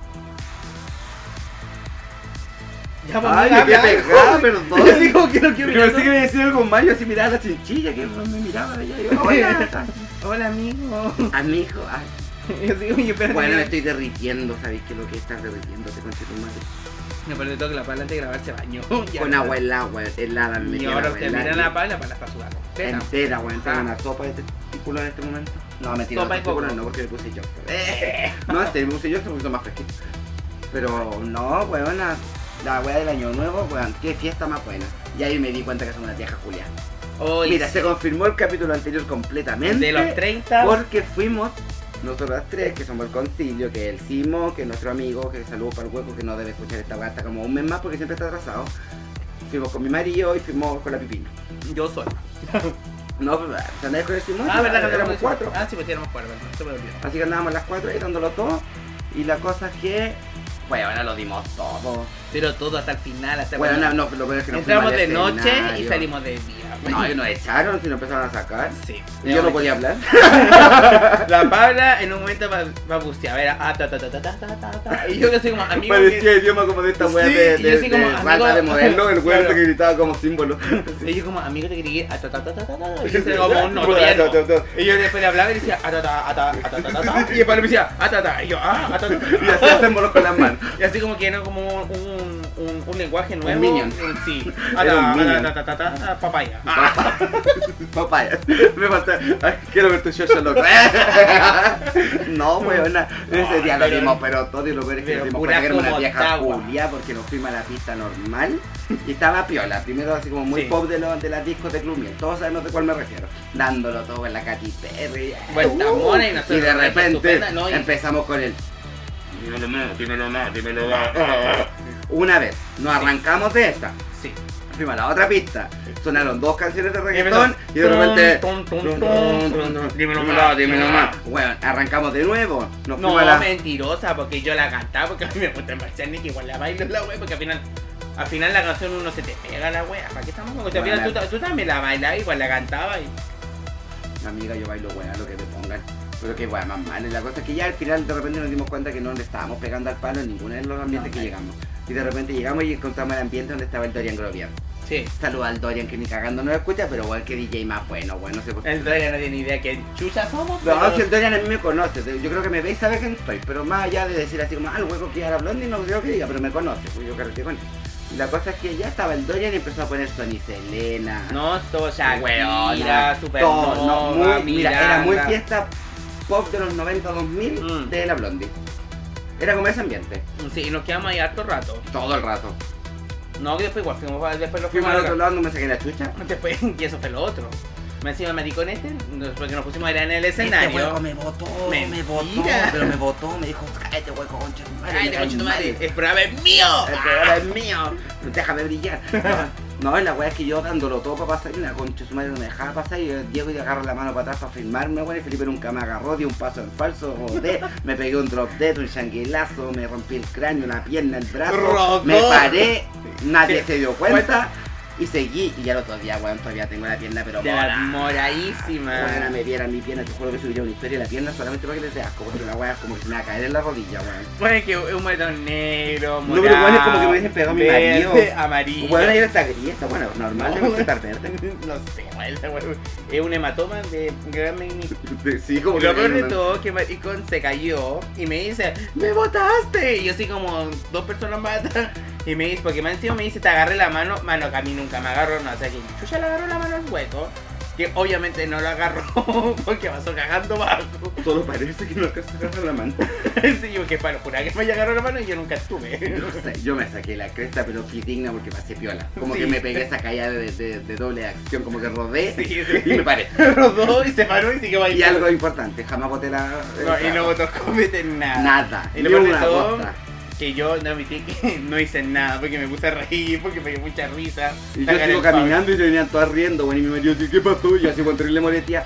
Speaker 2: Ya, pues,
Speaker 1: Ay,
Speaker 2: mira,
Speaker 1: me quedé
Speaker 2: habla,
Speaker 1: pegada,
Speaker 2: (laughs) hijo.
Speaker 1: perdón.
Speaker 2: Yo digo que no
Speaker 1: Pero
Speaker 2: quiero mirar,
Speaker 1: pensé que me decía algo con Mayo, así miraba la chinchilla, que me miraba de allá. y Yo, hola, (laughs)
Speaker 2: ¿no? Hola amigo. (laughs)
Speaker 1: amigo. ay.
Speaker 2: Yo digo, yo perdí.
Speaker 1: Bueno, me estoy derritiendo, ¿sabéis qué es lo que estás derritiendo? Te conche tu madre.
Speaker 2: Me perdí todo que la pala antes de grabarse baño. (laughs) Ya.
Speaker 1: Con agua helada, agua helada, me
Speaker 2: Y
Speaker 1: metí
Speaker 2: ahora
Speaker 1: agua
Speaker 2: usted
Speaker 1: helada
Speaker 2: mira
Speaker 1: y-
Speaker 2: la pala, la pala está sudada. completa.
Speaker 1: entera, weón, entera
Speaker 2: Ajá.
Speaker 1: una Ah, sopa de testículo en este momento. No, mentira, sopa
Speaker 2: Sopa de coco.
Speaker 1: no, porque le puse yo. (laughs) No, este, le puse yo, este puso más fresquito. Pero no, weón, la, la weá del año nuevo, weón, qué fiesta más buena. Y ahí me di cuenta que son una vieja Julián.
Speaker 2: Hoy,
Speaker 1: Mira, se confirmó el capítulo anterior completamente.
Speaker 2: de los 30,
Speaker 1: Porque fuimos nosotras tres, que somos el concilio, que el Simo, que nuestro amigo, que saludo para el hueco, que no debe escuchar esta gata como un mes más porque siempre está atrasado. Fuimos con mi marido y fuimos con la pipina.
Speaker 2: yo soy.
Speaker 1: No, pues, andáis con el Simo.
Speaker 2: Ah, verdad, que
Speaker 1: éramos
Speaker 2: tenemos-
Speaker 1: cuatro.
Speaker 2: Ah, sí, pues éramos cuatro, Ah. verdad, se me olvidó.
Speaker 1: Así que andábamos las cuatro ahí dándolo todo. Y la cosa es que. Bueno, ahora lo dimos todo.
Speaker 2: Pero todo hasta el final, hasta
Speaker 1: Bueno,
Speaker 2: cuando-
Speaker 1: no, no, lo peor es que no
Speaker 2: Entramos de
Speaker 1: fuimos al
Speaker 2: noche y
Speaker 1: escenario.
Speaker 2: salimos de día.
Speaker 1: No, y nos echaron, si nos empezaron a sacar.
Speaker 2: Sí.
Speaker 1: Y yo no podía hablar.
Speaker 2: La Paula en un momento va, va a bucear, a ver, ah, ta, ta, ta, ta, ta, ta, ta. Y yo que soy
Speaker 1: (laughs)
Speaker 2: como (laughs) amigo. que-
Speaker 1: Parecía idioma como de esta wea
Speaker 2: Sí,
Speaker 1: de,
Speaker 2: y
Speaker 1: de,
Speaker 2: yo así
Speaker 1: de
Speaker 2: como,
Speaker 1: banda
Speaker 2: amigo-
Speaker 1: de modelo, el weón
Speaker 2: (laughs) Claro.
Speaker 1: que gritaba como símbolo.
Speaker 2: Y yo como amigo te quería ir a ta, ta, ta, ta, ta, ta. Y yo soy como
Speaker 1: (laughs)
Speaker 2: un
Speaker 1: Bueno,
Speaker 2: norteño.
Speaker 1: ta, ta, ta.
Speaker 2: Y yo después le hablaba y decía, "Ah, atata, atata, atata, atata. Y el Pablo me decía, atata. Y yo, ah, atata.
Speaker 1: Y hacía símbolos con las manos.
Speaker 2: Y así como que era como un, un, un lenguaje nuevo.
Speaker 1: minion. (laughs)
Speaker 2: Sí.
Speaker 1: Era un
Speaker 2: Ata,
Speaker 1: minion.
Speaker 2: ata, ta, ta, ta, ta, papaya. Ah,
Speaker 1: Papaya. Me falta. Ay, quiero ver tu show, loco. (laughs) no, weona. Ese
Speaker 2: Ay,
Speaker 1: día lo
Speaker 2: pero-
Speaker 1: dimos, pero todo y lo peor es que
Speaker 2: pero
Speaker 1: nos dimos
Speaker 2: pura
Speaker 1: cuenta que era una
Speaker 2: como
Speaker 1: vieja
Speaker 2: tagua.
Speaker 1: Julia porque nos fuimos a la pista normal y estaba piola. Primero, así como muy
Speaker 2: Sí.
Speaker 1: pop de, los de las discos de Club Miel. Todos sabemos de cuál me refiero. Dándolo todo en la Katy Perry. Uh.
Speaker 2: Vuelta mona y nosotros,
Speaker 1: de
Speaker 2: ay, qué
Speaker 1: repente
Speaker 2: estupenda, ¿no? Y-
Speaker 1: empezamos con el.
Speaker 3: Dímelo más, dímelo más, dímelo más.
Speaker 1: Una vez, nos arrancamos de esta.
Speaker 2: sí.
Speaker 1: Fuimos a la otra pista. Sonaron dos canciones de
Speaker 2: Y empezó,
Speaker 1: reggaetón y de repente.
Speaker 2: tum, tum,
Speaker 1: Tum,
Speaker 2: tum,
Speaker 1: tum,
Speaker 2: tum,
Speaker 1: tum, tum.
Speaker 2: tum.
Speaker 1: Dímelo más, dímelo más. Bueno, arrancamos de nuevo. Nos
Speaker 2: No,
Speaker 1: fuimos a la.
Speaker 2: mentirosa, porque yo la cantaba, porque a mí me gusta el Marciani, que igual la bailo la wea, porque al final, al final la canción uno se te pega la wea. ¿Para qué estamos con Porque al final
Speaker 1: Bueno.
Speaker 2: tú, tú también la bailabas, igual la cantaba. Y...
Speaker 1: Amiga, yo bailo buena lo que me pongan. Pero que bueno, más mal. La cosa es que ya al final de repente nos dimos cuenta que no le estábamos pegando al palo en ninguno de los ambientes
Speaker 2: No,
Speaker 1: que
Speaker 2: no.
Speaker 1: llegamos. Y de repente llegamos y encontramos el ambiente donde estaba el Dorian Grovier.
Speaker 2: Sí.
Speaker 1: Saluda al Dorian que ni cagando no lo escucha, pero bueno, que DJ más bueno, bueno, no sé por qué.
Speaker 2: El Dorian no tiene idea que chucha somos.
Speaker 1: No,
Speaker 2: pero-
Speaker 1: si el Dorian a mí me conoce, yo creo que me ve y sabe quién soy, pero más allá de decir así como, ah, el hueco que era blondie, no creo que diga, pero me conoce, pues yo carreteé con él. Y la cosa es que ya estaba el Dorian y empezó a poner Sony Selena.
Speaker 2: No, todo
Speaker 1: Weona,
Speaker 2: Shakira, Super
Speaker 1: todo, no, muy- mira, era muy fiesta pop de los 90-2000
Speaker 2: Mm.
Speaker 1: de la blondie. Era como ese ambiente.
Speaker 2: Sí, y nos quedamos ahí harto rato.
Speaker 1: Todo el rato.
Speaker 2: No, y después igual fuimos, pa- después lo
Speaker 1: Fuimos
Speaker 2: fuimos
Speaker 1: al
Speaker 2: a
Speaker 1: otro lado, no me saqué la chucha.
Speaker 2: (laughs) Después, y eso fue lo otro. Me encima el maricón este, después que nos pusimos era en el
Speaker 1: Este hueco
Speaker 2: escenario.
Speaker 1: me votó, me
Speaker 2: Mentira.
Speaker 1: votó, pero me votó, me dijo, cállate hueco, concha de tu madre.
Speaker 2: ¡Ay,
Speaker 1: me
Speaker 2: de
Speaker 1: caes
Speaker 2: concha tu
Speaker 1: mal".
Speaker 2: madre! ¡El programa es mío!
Speaker 1: El programa es mío, déjame
Speaker 2: (laughs)
Speaker 1: brillar. No, la weá es que yo dándolo todo para pasar y la concha de su madre no me dejaba pasar y el Diego y le agarro la mano para atrás para firmarme, weón, y Felipe nunca me agarró, di un paso en falso,
Speaker 2: (laughs)
Speaker 1: rodé, me pegué un drop dead, un changuilazo, me rompí el cráneo, la pierna, el brazo,
Speaker 2: Rodó.
Speaker 1: me paré, nadie se dio cuenta
Speaker 2: Cuenta.
Speaker 1: y seguí y ya el otro día, weón, todavía tengo la pierna, pero
Speaker 2: Ah, De la
Speaker 1: mora. Weona,
Speaker 2: moradísima.
Speaker 1: me viera mi pierna, te juro que subiría una historia de la pierna solamente para que les dé asco, porque la weá es como que se me va a caer en la rodilla, weón.
Speaker 2: Bueno, es Pues que es un metón negro,
Speaker 1: No, pero bueno, es como que me hubiese pegado
Speaker 2: pegado
Speaker 1: mi marido.
Speaker 2: amarillo.
Speaker 1: Bueno, ahí está grieta, bueno, normal, debe
Speaker 2: (laughs)
Speaker 1: ser estar verde.
Speaker 2: no sé, bueno, esa wea- es un hematoma de gran magnitud.
Speaker 1: (laughs) Sí,
Speaker 2: Y
Speaker 1: como
Speaker 2: Lo peor de
Speaker 1: no-
Speaker 2: todo que Maricón se cayó y me dice, ¡me botaste! Y yo así como dos personas más atrás, Y me dice, porque me encima me dice, te agarré la mano, mano que a mí nunca me agarró, no, o sea que yo ya le agarró la mano al hueco, que obviamente no lo agarró (laughs) porque pasó cagando bajo. (laughs)
Speaker 1: Solo parece que no alcanzó a agarrar la mano.
Speaker 2: Sí, yo que para jurar que me agarró la mano y yo nunca estuve.
Speaker 1: (laughs)
Speaker 2: (laughs)
Speaker 1: No sé, yo me saqué la cresta, pero fui digna porque pasé piola. Como
Speaker 2: Sí.
Speaker 1: que me pegué esa caída de, de- de doble acción, como que rodé
Speaker 2: Sí,
Speaker 1: y me
Speaker 2: sí.
Speaker 1: (laughs) paré.
Speaker 2: (laughs) Los dos y se paró y siguió
Speaker 1: Y
Speaker 2: bailando.
Speaker 1: algo importante, jamás boté la.
Speaker 2: No, y
Speaker 1: (laughs)
Speaker 2: no botó comete nada.
Speaker 1: Nada,
Speaker 2: Y
Speaker 1: ni
Speaker 2: lo peor de
Speaker 1: una
Speaker 2: todo-
Speaker 1: gota.
Speaker 2: Que yo no admití que (laughs) no hice nada porque me puse a reír, porque me dio mucha risa.
Speaker 1: Y yo
Speaker 2: Sacar
Speaker 1: sigo
Speaker 2: el pavo.
Speaker 1: caminando y se venían todas riendo, bueno, y mi marido dice, ¿qué pasó? Y yo así con terrible molestia,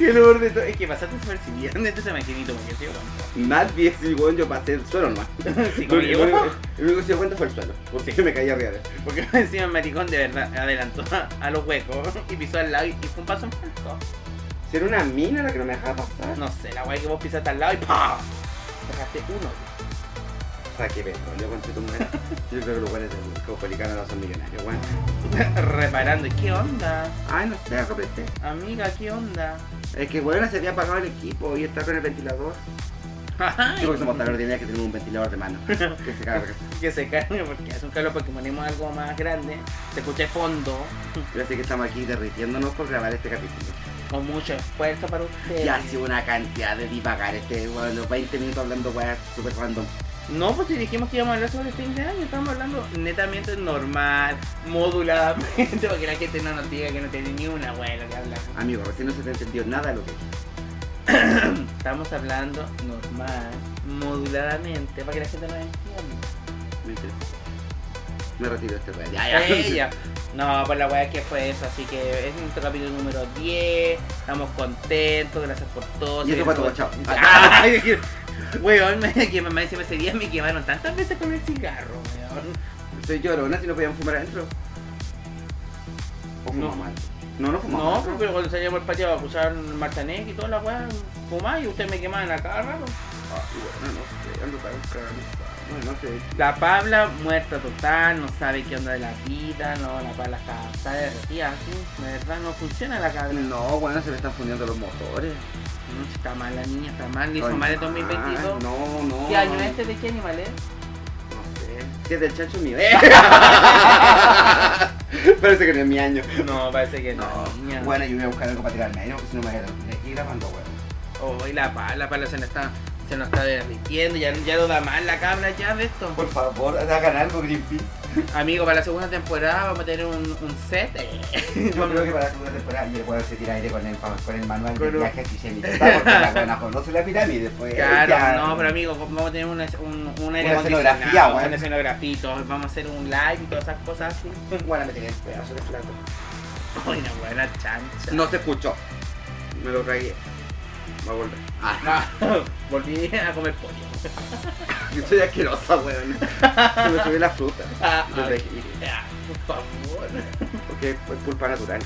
Speaker 2: Y el peor de todo es que pasaste desapercibido en este maquinito porque yo soy
Speaker 1: nadie, sí, bueno, yo pasé el suelo (laughs) nomás.
Speaker 2: guapo. Sí,
Speaker 1: Lo
Speaker 2: como
Speaker 1: único-
Speaker 2: yo,
Speaker 1: lo único- lo único que se dio cuenta fue el suelo, porque me caí arriba de él.
Speaker 2: Porque encima el maricón de verdad adelantó a, a los huecos y pisó al lado y, y fue un paso en falso.
Speaker 1: Si era una mina la que no me dejaba pasar.
Speaker 2: No sé, la guay que vos pisaste al lado y ¡pam! Dejaste uno. (laughs)
Speaker 1: Saque petróleo, conche tu madre. Yo creo que los buenos del Caupolicano no son millonarios, weón.
Speaker 2: Reparando. ¿Y ¿Qué onda?
Speaker 1: Ay, no sé, arrepete.
Speaker 2: Amiga, ¿qué onda? (laughs)
Speaker 1: Es que, weón, se había apagado el equipo y está con el ventilador. Yo creo que somos tan ordinarios que tenemos un ventilador de mano. Que se carga.
Speaker 2: que se cargue porque hace un calor porque ponemos algo más grande. Se escucha de fondo
Speaker 1: Yo sé que estamos aquí derritiéndonos por grabar este capítulo.
Speaker 2: con mucho esfuerzo para ustedes.
Speaker 1: Y ha sido una cantidad de divagar este, weón, los 20 minutos hablando, weón, súper random.
Speaker 2: No, pues si dijimos que íbamos a hablar sobre fin de año, estamos hablando netamente normal, moduladamente, (laughs) para que la gente no nos diga que no tiene ni una hueá de lo que hablamos.
Speaker 1: Amigo, recién no se te entendió nada de lo que
Speaker 2: Estamos hablando normal, moduladamente, para que la gente nos entienda.
Speaker 1: me interesa. Me retiro de este weón. Ya, ya.
Speaker 2: Ella. No, pues la hueá que fue eso, así que es nuestro capítulo número 10, estamos contentos, gracias por todo.
Speaker 1: Y eso fue todo, chao.
Speaker 2: (laughs) Ay, que- Weón, (laughs) me, que mamá encima ese día me quemaron tantas veces con el cigarro, weón.
Speaker 1: Soy llorona si no podían fumar adentro. O fumamos
Speaker 2: No.
Speaker 1: mal. No, no fumamos
Speaker 2: No, pues,
Speaker 1: adentro.
Speaker 2: pero cuando salíamos al patio a acusar Martanek y toda la weá, fumaba y ustedes me quemaban a cada rato.
Speaker 1: Ah, y bueno, no sé, ando para buscar a mi padre. No, no sé.
Speaker 2: La Pabla muerta total, no sabe qué onda de la vida, no, la Pabla está, está derretida, así, de verdad no funciona la cabra.
Speaker 1: No, bueno, se le están fundiendo los motores.
Speaker 2: Mm, Está mal la niña, está mal, le hizo
Speaker 1: Ay,
Speaker 2: mal en
Speaker 1: man,
Speaker 2: 2022.
Speaker 1: No, no.
Speaker 2: ¿Qué año es este? ¿De qué animal es?
Speaker 1: No sé. Si es del chacho mío. ¡Eh!
Speaker 2: (laughs)
Speaker 1: Parece que no es mi año.
Speaker 2: No, parece que
Speaker 1: No,
Speaker 2: no. niña.
Speaker 1: bueno, yo voy a buscar algo para tirarme ahí, no, porque si no me voy a dormir aquí grabando, weón.
Speaker 2: Hoy Oh, la Pabla, Pabla se nos está, se nos está derritiendo, ya, ya no da mal la cabra ya de esto.
Speaker 1: Por favor, hagan algo, Greenpeace.
Speaker 2: Amigo, para la segunda temporada vamos a tener un, un set. eh.
Speaker 1: Yo creo que para la segunda temporada yo puedo se tira aire con el, con el manual de
Speaker 2: Con un-
Speaker 1: viajes y se me porque la buena conoce la pirámide, pues.
Speaker 2: Claro,
Speaker 1: ya.
Speaker 2: no, pero amigo, vamos a tener una, un, un aire
Speaker 1: Una
Speaker 2: acondicionado,
Speaker 1: escenografía, weón.
Speaker 2: una escenografía y todo, vamos a hacer un live y todas esas cosas así.
Speaker 1: Bueno, me tiré el pedazo de plato.
Speaker 2: Ay, una buena chancha. (laughs)
Speaker 1: No se escuchó. Me lo tragué. Va a volver. Ah,
Speaker 2: No, volví a comer pollo.
Speaker 1: (laughs) yo soy asquerosa, weón. Se me subió la fruta.
Speaker 2: Ah,
Speaker 1: Lo
Speaker 2: ah,
Speaker 1: tragué.
Speaker 2: ah, por favor.
Speaker 1: Porque es pulpa natural.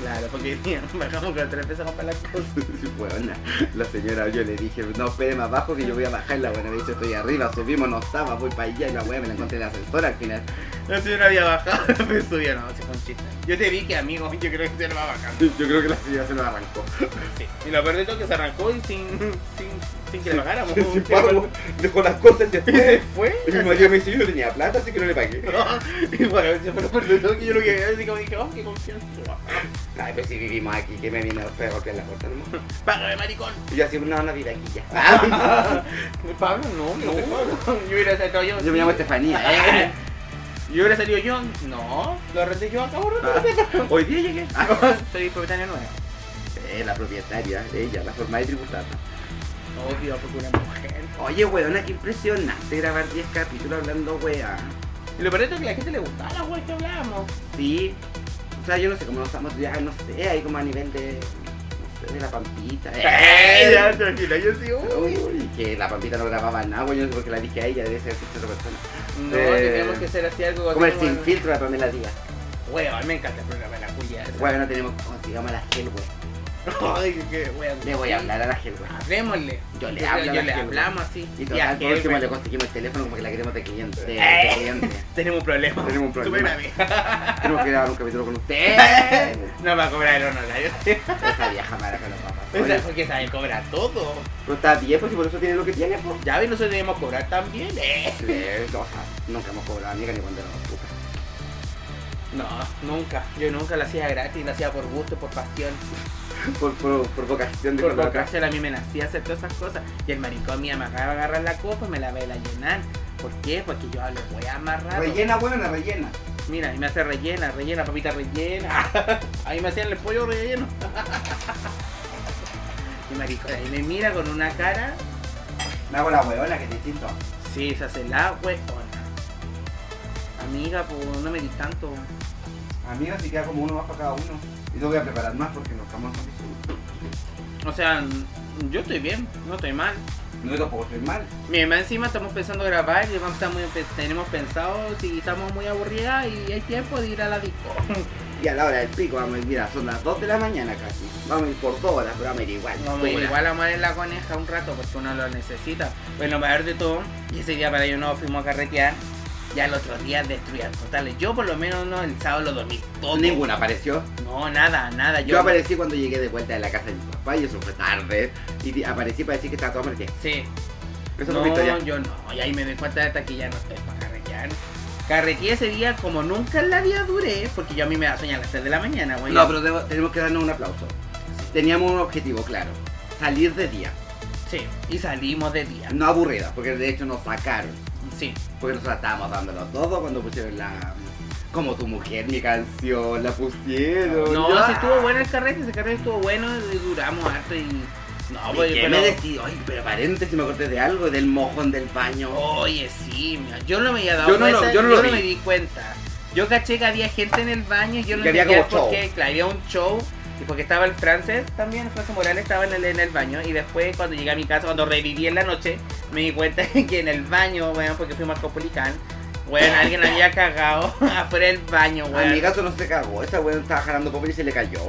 Speaker 2: Claro, porque tía, (laughs) bajamos con tres veces a comprar las cosas.
Speaker 1: Sí, weona. La señora, yo le dije, no, espere más abajo que yo voy a bajar. La buena me dice, estoy arriba, subimos, no estaba, voy para allá. Y la weá me la encontré en la ascensor al final.
Speaker 2: No sé si no había bajado, (laughs) pero subió, no, se fue un chiste. Yo te vi que amigo, yo creo que se lo va bajando.
Speaker 1: Yo creo que la señora se lo arrancó.
Speaker 2: Sí. Y lo peor de todo es que se arrancó y sin, sin, sin que le
Speaker 1: (laughs)
Speaker 2: pagáramos.
Speaker 1: Sin pago, dejó las cosas y se
Speaker 2: Y se
Speaker 1: fue.
Speaker 2: fue.
Speaker 1: Y mi marido me dice, yo no tenía plata, así que no le pagué.
Speaker 2: (laughs) Y bueno, eso fue lo peor de todo que yo lo que así como dije, oh, qué confianza.
Speaker 1: Ay, pues si vivimos aquí, que me vino a pegar golpear la puerta, ¿no?
Speaker 2: Págame, maricón.
Speaker 1: Y yo así, no, no vive aquí ya.
Speaker 2: ¿Me pagan? No,
Speaker 1: No te
Speaker 2: no. (laughs) Yo hubiera salido yo.
Speaker 1: Yo me llamo Estefanía. ¿eh?
Speaker 2: (laughs) Yo hubiera salido yo. No, lo arrendé yo acá, boludo.
Speaker 1: Hoy día llegué. (laughs)
Speaker 2: (laughs) Soy propietario nuevo.
Speaker 1: Eh, la propietaria, ella, la forma de tributar.
Speaker 2: Obvio, porque una mujer.
Speaker 1: Oye, weona, qué impresionante grabar 10 capítulos hablando, wea.
Speaker 2: Y lo peor de todo es que a la gente le gustaba la wea que hablábamos.
Speaker 1: Sí. O sea, yo no sé cómo nos estamos, ya no sé, ahí como a nivel de. No sé, de la pampita.
Speaker 2: ¡Eh!
Speaker 1: eh.
Speaker 2: Ya, tranquila, yo sí, uy.
Speaker 1: Uy, que la pampita no grababa nada, güey, yo no sé por qué la dije a ella, debe ser que es otra persona.
Speaker 2: No,
Speaker 1: Eh,
Speaker 2: tenemos que hacer así algo. así
Speaker 1: Como el
Speaker 2: como-
Speaker 1: sin filtro de Pamela Díaz.
Speaker 2: Weón, me encanta el programa de la cuya.
Speaker 1: Bueno, no tenemos como se llama la gel, güey.
Speaker 2: Ay, qué weón.
Speaker 1: Le voy a hablar a la gel, güey.
Speaker 2: Hablemosle.
Speaker 1: Yo le
Speaker 2: creo-
Speaker 1: hablo a
Speaker 2: yo
Speaker 1: la
Speaker 2: le
Speaker 1: gente.
Speaker 2: hablamos así.
Speaker 1: Y
Speaker 2: a
Speaker 1: total, por
Speaker 2: jefe.
Speaker 1: último le conseguimos el teléfono como que la queremos de cliente. de
Speaker 2: Eh.
Speaker 1: cliente.
Speaker 2: Tenemos un problema.
Speaker 1: Tenemos un
Speaker 2: Súper
Speaker 1: problema.
Speaker 2: grave.
Speaker 1: Tenemos que grabar un capítulo con
Speaker 2: (laughs)
Speaker 1: usted.
Speaker 2: No va a cobrar
Speaker 1: (laughs)
Speaker 2: el honorario.
Speaker 1: Esa vieja mala con los papás.
Speaker 2: Esa
Speaker 1: Oye,
Speaker 2: es que sabe cobrar todo.
Speaker 1: Pero está bien, pues si por eso tiene lo que tiene,
Speaker 2: (laughs)
Speaker 1: pues.
Speaker 2: Ya ven, nosotros debemos cobrar también. Eh.
Speaker 1: Sí, no, o sea, nunca hemos cobrado amiga ni cuando éramos putas.
Speaker 2: No, nunca. Yo nunca la hacía gratis, la hacía por gusto, por pasión.
Speaker 1: Por, por, por vocación de
Speaker 2: Por
Speaker 1: cuando-
Speaker 2: vocación a mí me nacía hacer todas esas cosas. Y el maricón mío me acaba de agarrar la copa y me la va a ir a llenar. ¿Por qué? Porque yo hablo voy a amarrar.
Speaker 1: Rellena, buena, rellena.
Speaker 2: Mira, y me hace rellena, rellena, papita rellena. (laughs) Ahí me hacían el pollo relleno. (laughs) Y maricón ahí me mira con una cara.
Speaker 1: Me hago la huevona que te distinto.
Speaker 2: Sí, se hace la huevona. Amiga, pues no me di tanto.
Speaker 1: Amiga, si queda como uno más para cada uno. Y yo voy a preparar más porque nos estamos más
Speaker 2: O sea, yo estoy bien, no estoy mal.
Speaker 1: No yo tampoco estoy mal.
Speaker 2: Mi mamá encima estamos pensando grabar y vamos a estar muy, tenemos pensado si estamos muy aburridas y hay tiempo de ir a la disco.
Speaker 1: Y a la hora del pico vamos a ir, mira, son las 2 de la mañana casi. Vamos a ir por 2 horas, pero vamos a ir igual.
Speaker 2: Vamos,
Speaker 1: Dura.
Speaker 2: Pues igual vamos a ir a la coneja un rato porque uno lo necesita. Bueno, para ver de todo, y ese día para yo no fuimos a carretear. Ya el otro día destruía totales. Yo por lo menos no el sábado lo dormí todo.
Speaker 1: Ninguno apareció.
Speaker 2: No, nada, nada.
Speaker 1: Yo aparecí cuando llegué de vuelta de la casa de mi papá y eso fue tarde. Y di- aparecí para decir que estaba todo amarillo.
Speaker 2: Sí.
Speaker 1: Eso
Speaker 2: no,
Speaker 1: fue mi historia.
Speaker 2: yo no. Y ahí me doy cuenta hasta que ya no estoy para carretear. Carreteé ese día como nunca en la vida duré, porque yo a mí me da sueño a las 3 de la mañana, güey.
Speaker 1: No, pero debo- tenemos que darnos un aplauso. Teníamos un objetivo claro. Salir de día.
Speaker 2: Sí, y salimos de día.
Speaker 1: No aburrida, porque de hecho nos sacaron.
Speaker 2: Sí.
Speaker 1: Porque nosotros estábamos dándolo todo cuando pusieron la... Como tu mujer, mi canción, la pusieron.
Speaker 2: No,
Speaker 1: Yo-
Speaker 2: sí estuvo bueno el carrete, ese carrete estuvo bueno, y duramos harto y... No,
Speaker 1: ¿Y
Speaker 2: pues,
Speaker 1: qué
Speaker 2: pero-
Speaker 1: me decís? Oye, pero paréntesis, me acordé de algo, del mojón del baño.
Speaker 2: Oye, sí, mira, yo no me había dado
Speaker 1: Yo no lo-
Speaker 2: cuenta,
Speaker 1: yo no lo vi.
Speaker 2: me di cuenta. Yo caché que había gente en el baño y yo no
Speaker 1: Que había
Speaker 2: entendía
Speaker 1: como
Speaker 2: por qué, claro, había un show. Y porque estaba el francés también, Francis Morales estaba en el, en el baño. Y después, cuando llegué a mi casa, cuando reviví en la noche, me di cuenta (laughs) que en el baño, bueno, porque fuimos al Copulicán, bueno, alguien
Speaker 1: (laughs)
Speaker 2: había cagado (laughs) afuera del baño, bueno.
Speaker 1: Amiga, eso no se cagó. Esa weón estaba jalando popper y se le cayó.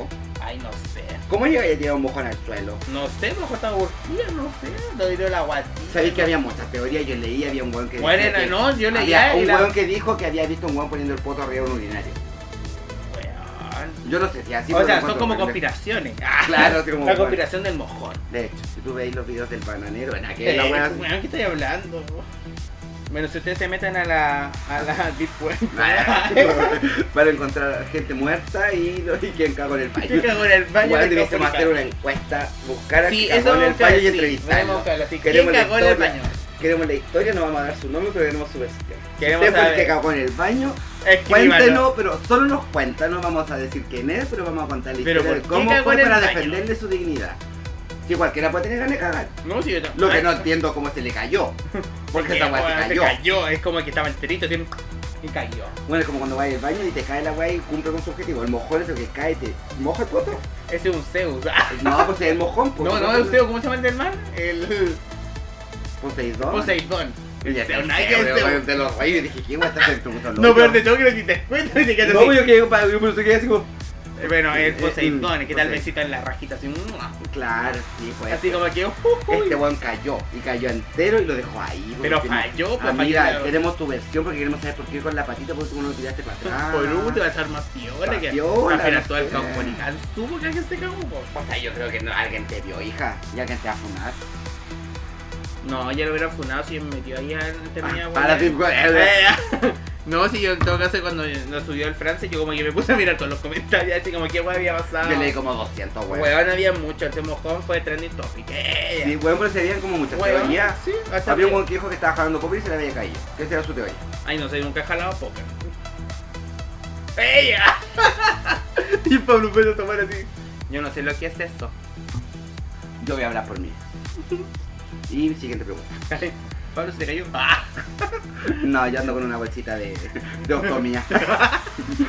Speaker 2: Ay, no sé.
Speaker 1: ¿Cómo llega y le tira un mojón al suelo?
Speaker 2: No sé, mejor estaba urgida, no sé, lo diré la guatita.
Speaker 1: Sabéis que había muchas teorías, yo leí, había un weón que
Speaker 2: Bueno,
Speaker 1: decía que-
Speaker 2: no, yo
Speaker 1: había
Speaker 2: leía y
Speaker 1: un
Speaker 2: la-
Speaker 1: weón que dijo que había visto un weón poniendo el poto arriba de un urinario.
Speaker 2: Weón.
Speaker 1: Yo no sé si así
Speaker 2: o
Speaker 1: pero
Speaker 2: sea,
Speaker 1: lo
Speaker 2: son
Speaker 1: encuentro
Speaker 2: como
Speaker 1: horrible. (laughs)
Speaker 2: conspiraciones. Ah,
Speaker 1: Claro, así como
Speaker 2: La
Speaker 1: bueno.
Speaker 2: conspiración del mojón.
Speaker 1: De hecho, si tú veis los videos del bananero, en
Speaker 2: ¿Qué,
Speaker 1: aquella weá.
Speaker 2: weón, ¿qué estoy hablando? Bueno, si ustedes se meten a la, a la (laughs) Deep Web.
Speaker 1: Ah, (laughs) Para encontrar gente muerta y, lo- y quien cagó en el
Speaker 2: (laughs) Yo
Speaker 1: baño.
Speaker 2: cago en el baño.
Speaker 1: Igual
Speaker 2: de
Speaker 1: debiésemos
Speaker 2: Copolicán.
Speaker 1: hacer una encuesta, buscar a
Speaker 2: Sí,
Speaker 1: quien
Speaker 2: eso
Speaker 1: cagó en el
Speaker 2: vamos a
Speaker 1: baño y
Speaker 2: decir,
Speaker 1: entrevistarlo.
Speaker 2: vamos a hablar así. ¿Quién
Speaker 1: Queremos la
Speaker 2: cagó en el
Speaker 1: historia.
Speaker 2: baño?
Speaker 1: Queremos la historia, no vamos a dar su nombre, pero queremos su versión.
Speaker 2: Queremos
Speaker 1: Usted fue el
Speaker 2: saber.
Speaker 1: que cagó en el baño,
Speaker 2: Escríbanos.
Speaker 1: Cuéntenos, pero solo nos cuenta, no vamos a decir quién es, pero vamos a contar la
Speaker 2: Pero
Speaker 1: historia de
Speaker 2: ¿por qué
Speaker 1: cómo
Speaker 2: cagó
Speaker 1: fue
Speaker 2: en el
Speaker 1: para
Speaker 2: baño?
Speaker 1: defenderle su dignidad. Si cualquiera puede tener ganas de cagar.
Speaker 2: No, sí, yo
Speaker 1: Lo que no entiendo cómo se le cayó. Porque
Speaker 2: (laughs)
Speaker 1: esa
Speaker 2: weón,
Speaker 1: weá se
Speaker 2: se
Speaker 1: cayó.
Speaker 2: cayó. Es como que estaba enterito. tiene- Y cayó.
Speaker 1: Bueno, es como cuando vas al baño y te cae la weá y cumple con su objetivo. El mojón es el que cae, y te moja el poto.
Speaker 2: Ese es un Zeus. (laughs) Ah,
Speaker 1: No, pues es el mojón, pues.
Speaker 2: No, no, el Zeus, ¿cómo se llama el del mar? El
Speaker 1: Poseidón.
Speaker 2: Poseidón.
Speaker 1: Y Ah. ya
Speaker 2: Pero
Speaker 1: sé,
Speaker 2: nadie
Speaker 1: weón,
Speaker 2: se-
Speaker 1: weón, de los reyes. Dije, ¿qué weá estás en tu puto
Speaker 2: No,
Speaker 1: loco?
Speaker 2: pero te tengo que no te das cuenta y te quedas
Speaker 1: No,
Speaker 2: así.
Speaker 1: yo que yo pensé que era así como.
Speaker 2: Eh, Bueno, el
Speaker 1: Eh,
Speaker 2: Poseidón,
Speaker 1: eh,
Speaker 2: que tal
Speaker 1: Poseidón.
Speaker 2: besito en la rajita, así. ¡mua!
Speaker 1: Claro, sí, pues.
Speaker 2: Así como que.
Speaker 1: Este weón cayó y cayó entero y lo dejó ahí.
Speaker 2: Pero
Speaker 1: porque no-
Speaker 2: falló, pues,
Speaker 1: Amiga,
Speaker 2: falló.
Speaker 1: queremos tu versión porque queremos saber por qué con la patita porque tú no lo tiraste para atrás.
Speaker 2: Por último, va a estar más piola que
Speaker 1: Ah. Piola,
Speaker 2: al final todo el
Speaker 1: sí.
Speaker 2: cauponicán supo que este alguien se cagó. po.
Speaker 1: O sea, yo creo que no, alguien te vio, hija. Y alguien te va a funar.
Speaker 2: No, ya lo hubiera funado si me metió ahí al terminado.
Speaker 1: Ah, Para ti, pues,
Speaker 2: Eh, (laughs) No, si yo en todo caso cuando lo subió al France, yo como que me puse a mirar todos los comentarios, así como que weón había pasado.
Speaker 1: Yo leí como 200, weón.
Speaker 2: Ah. Weón, había mucho, este mojón fue trending topic. Eh.
Speaker 1: Sí, weón, pero serían como muchas
Speaker 2: Weón,
Speaker 1: teorías.
Speaker 2: Sí, hasta
Speaker 1: Había un
Speaker 2: que-
Speaker 1: weón que dijo que estaba jalando cobre y se le había caído. ¿Qué será su teoría?
Speaker 2: Ay, no sé, nunca he jalado poker. ¡Ella! (laughs) y Pablo puede tomar así. Yo no sé lo que es esto.
Speaker 1: Yo voy a hablar
Speaker 2: (laughs)
Speaker 1: por mí. Y siguiente pregunta.
Speaker 2: Pablo se te cayó. ¡Ah!
Speaker 1: No, yo ando con una bolsita de, de ostomía.
Speaker 2: (laughs)
Speaker 1: (laughs)